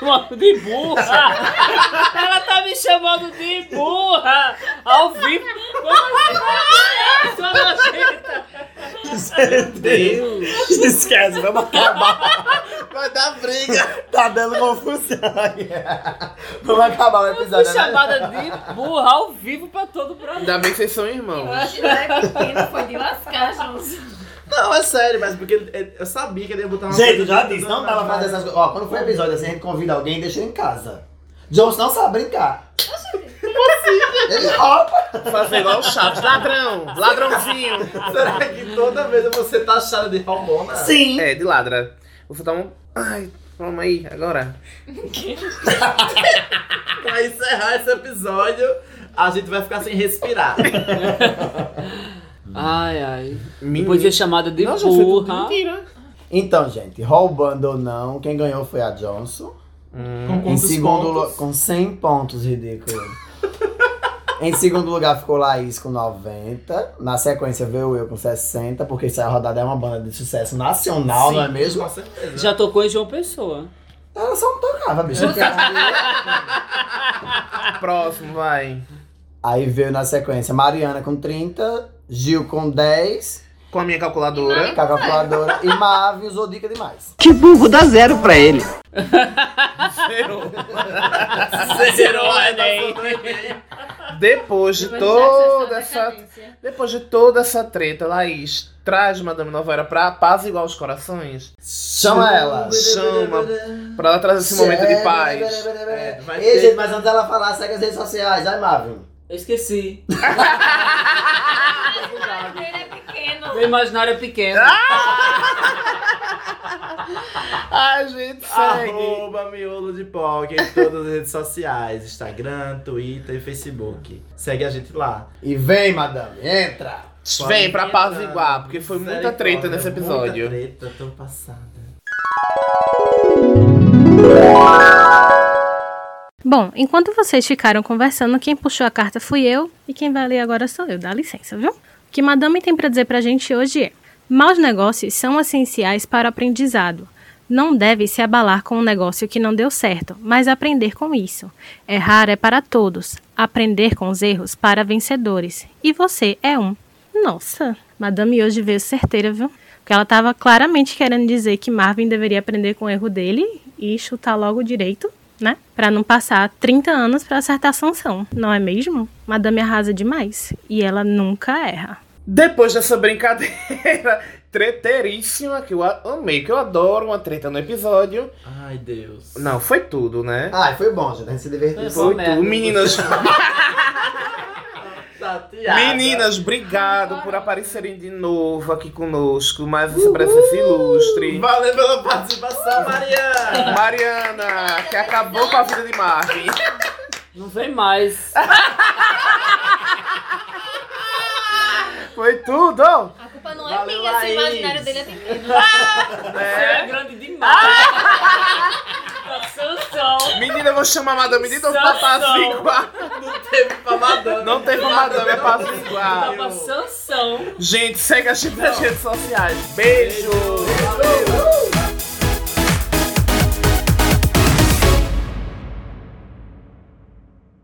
Speaker 2: Mano, de burra! Ela tá me chamando de burra! Ao vivo! Como assim? Sua nojenta!
Speaker 4: Deus!
Speaker 3: Esquece, vamos acabar. Vai dar briga. Tá dando confusão. vamos acabar o
Speaker 2: Fui
Speaker 3: episódio. né?
Speaker 2: chamada de burra ao vivo pra todo o Brasil.
Speaker 1: Ainda bem que vocês são irmãos.
Speaker 5: Hoje não é pequeno, foi de lascar, Johnson.
Speaker 4: Não, é sério, mas porque ele- ele- eu sabia que ele ia botar uma
Speaker 3: Gente, eu
Speaker 4: coisa
Speaker 3: já
Speaker 4: do-
Speaker 3: disse,
Speaker 4: do-
Speaker 3: não dá pra fazer essas coisas. Ó, quando for episódio assim, a gente convida alguém e deixa ele em casa. Jones não sabe brincar. Ele opa!
Speaker 1: Fazer igual o Chaves. Ladrão! Ladrãozinho!
Speaker 4: Será que toda vez você tá achada de hormona?
Speaker 3: Sim!
Speaker 1: É, de ladra. Você dá um. Ai, toma aí, agora.
Speaker 4: Pra encerrar esse episódio, a gente vai ficar sem respirar.
Speaker 2: Ai, ai.
Speaker 1: Menino.
Speaker 2: Depois de ser chamada de
Speaker 1: Não, já foi tudo
Speaker 2: burra.
Speaker 1: mentira.
Speaker 3: Então, gente, roubando ou não, quem ganhou foi a Johnson.
Speaker 1: Hum,
Speaker 4: Com
Speaker 3: em
Speaker 4: quantos
Speaker 3: segundo
Speaker 4: pontos?
Speaker 3: lu- com 100 pontos, ridículo. em segundo lugar ficou Laís com 90. Na sequência veio eu com 60, porque essa rodada é uma banda de sucesso nacional, não é
Speaker 4: Sim,
Speaker 3: mesmo?
Speaker 4: Com certeza.
Speaker 2: Já tocou em João Pessoa.
Speaker 3: Ela só não tocava, bicho.
Speaker 1: Próximo, vai.
Speaker 3: Aí veio na sequência Mariana com 30, Gil com 10.
Speaker 1: Com a minha calculadora.
Speaker 3: Com a calculadora. E Marvin usou dica demais.
Speaker 2: Zerou
Speaker 4: Tá
Speaker 2: o Enem.
Speaker 4: um
Speaker 1: Depois de
Speaker 2: né,
Speaker 1: toda essa. Depois de toda essa treta, Laís traz Madame Novera pra paz igual os corações.
Speaker 3: Chama ela.
Speaker 1: Chama. Pra ela trazer esse momento de paz.
Speaker 4: É, vai
Speaker 3: Ei,
Speaker 4: ter-
Speaker 3: gente, mas antes dela falar, segue as redes sociais. Ai, Marvin.
Speaker 2: Eu esqueci.
Speaker 5: Ele é pequeno.
Speaker 2: Meu imaginário é pequeno.
Speaker 1: Ai, gente, segue.
Speaker 4: Arroba Miolo de Poc em todas as redes sociais: Instagram, Twitter e Facebook. Segue a gente lá.
Speaker 3: E vem, madame, entra.
Speaker 1: Vem pra paz
Speaker 4: Entrando.
Speaker 1: igual, porque foi muita
Speaker 4: Misericórdia,
Speaker 1: treta nesse episódio.
Speaker 4: Muita treta, tão passada.
Speaker 6: Bom, enquanto vocês ficaram conversando, quem puxou a carta fui eu e quem vai ler agora sou eu, dá licença, viu? O que Madame tem para dizer para a gente hoje é: maus negócios são essenciais para o aprendizado. Não deve se abalar com um negócio que não deu certo, mas aprender com isso. Errar é para todos, aprender com os erros para vencedores. E você é um. Nossa, Madame hoje veio certeira, viu? Porque ela estava claramente querendo dizer que Marvin deveria aprender com o erro dele e chutar logo direito né? Pra não passar 30 anos pra acertar Sansão, não é mesmo? Madame arrasa demais e ela nunca erra.
Speaker 1: Depois dessa brincadeira treteiríssima, que eu a- amei, que eu adoro uma treta no episódio.
Speaker 4: Ai, Deus.
Speaker 1: Não, foi tudo, né?
Speaker 3: Ai, foi bom, gente. A gente se divertiu.
Speaker 2: Foi
Speaker 1: foi
Speaker 2: uma merda.
Speaker 1: tudo. Meninas,
Speaker 4: Tateada.
Speaker 1: meninas, obrigado por aparecerem de novo aqui conosco. Mais essa presença ilustre.
Speaker 4: Valeu pela participação, Maria!
Speaker 1: Mariana, que acabou com a vida de Marvin.
Speaker 2: Não vem mais.
Speaker 1: Foi tudo!
Speaker 5: A culpa não é
Speaker 4: Valeu,
Speaker 5: minha, se
Speaker 4: Laís.
Speaker 5: o imaginário dele é pequeno.
Speaker 2: Você é grande demais. Sansão.
Speaker 1: Menina, eu vou chamar a Madame de novo pra
Speaker 2: Sensação.
Speaker 1: apaziguar.
Speaker 4: Não teve né? pra Madonna.
Speaker 1: Não teve uma Madame, é
Speaker 2: Tá
Speaker 1: apaziguar.
Speaker 2: pra Sansão.
Speaker 1: Gente, segue a gente nas redes sociais. Beijo.
Speaker 4: Valeu.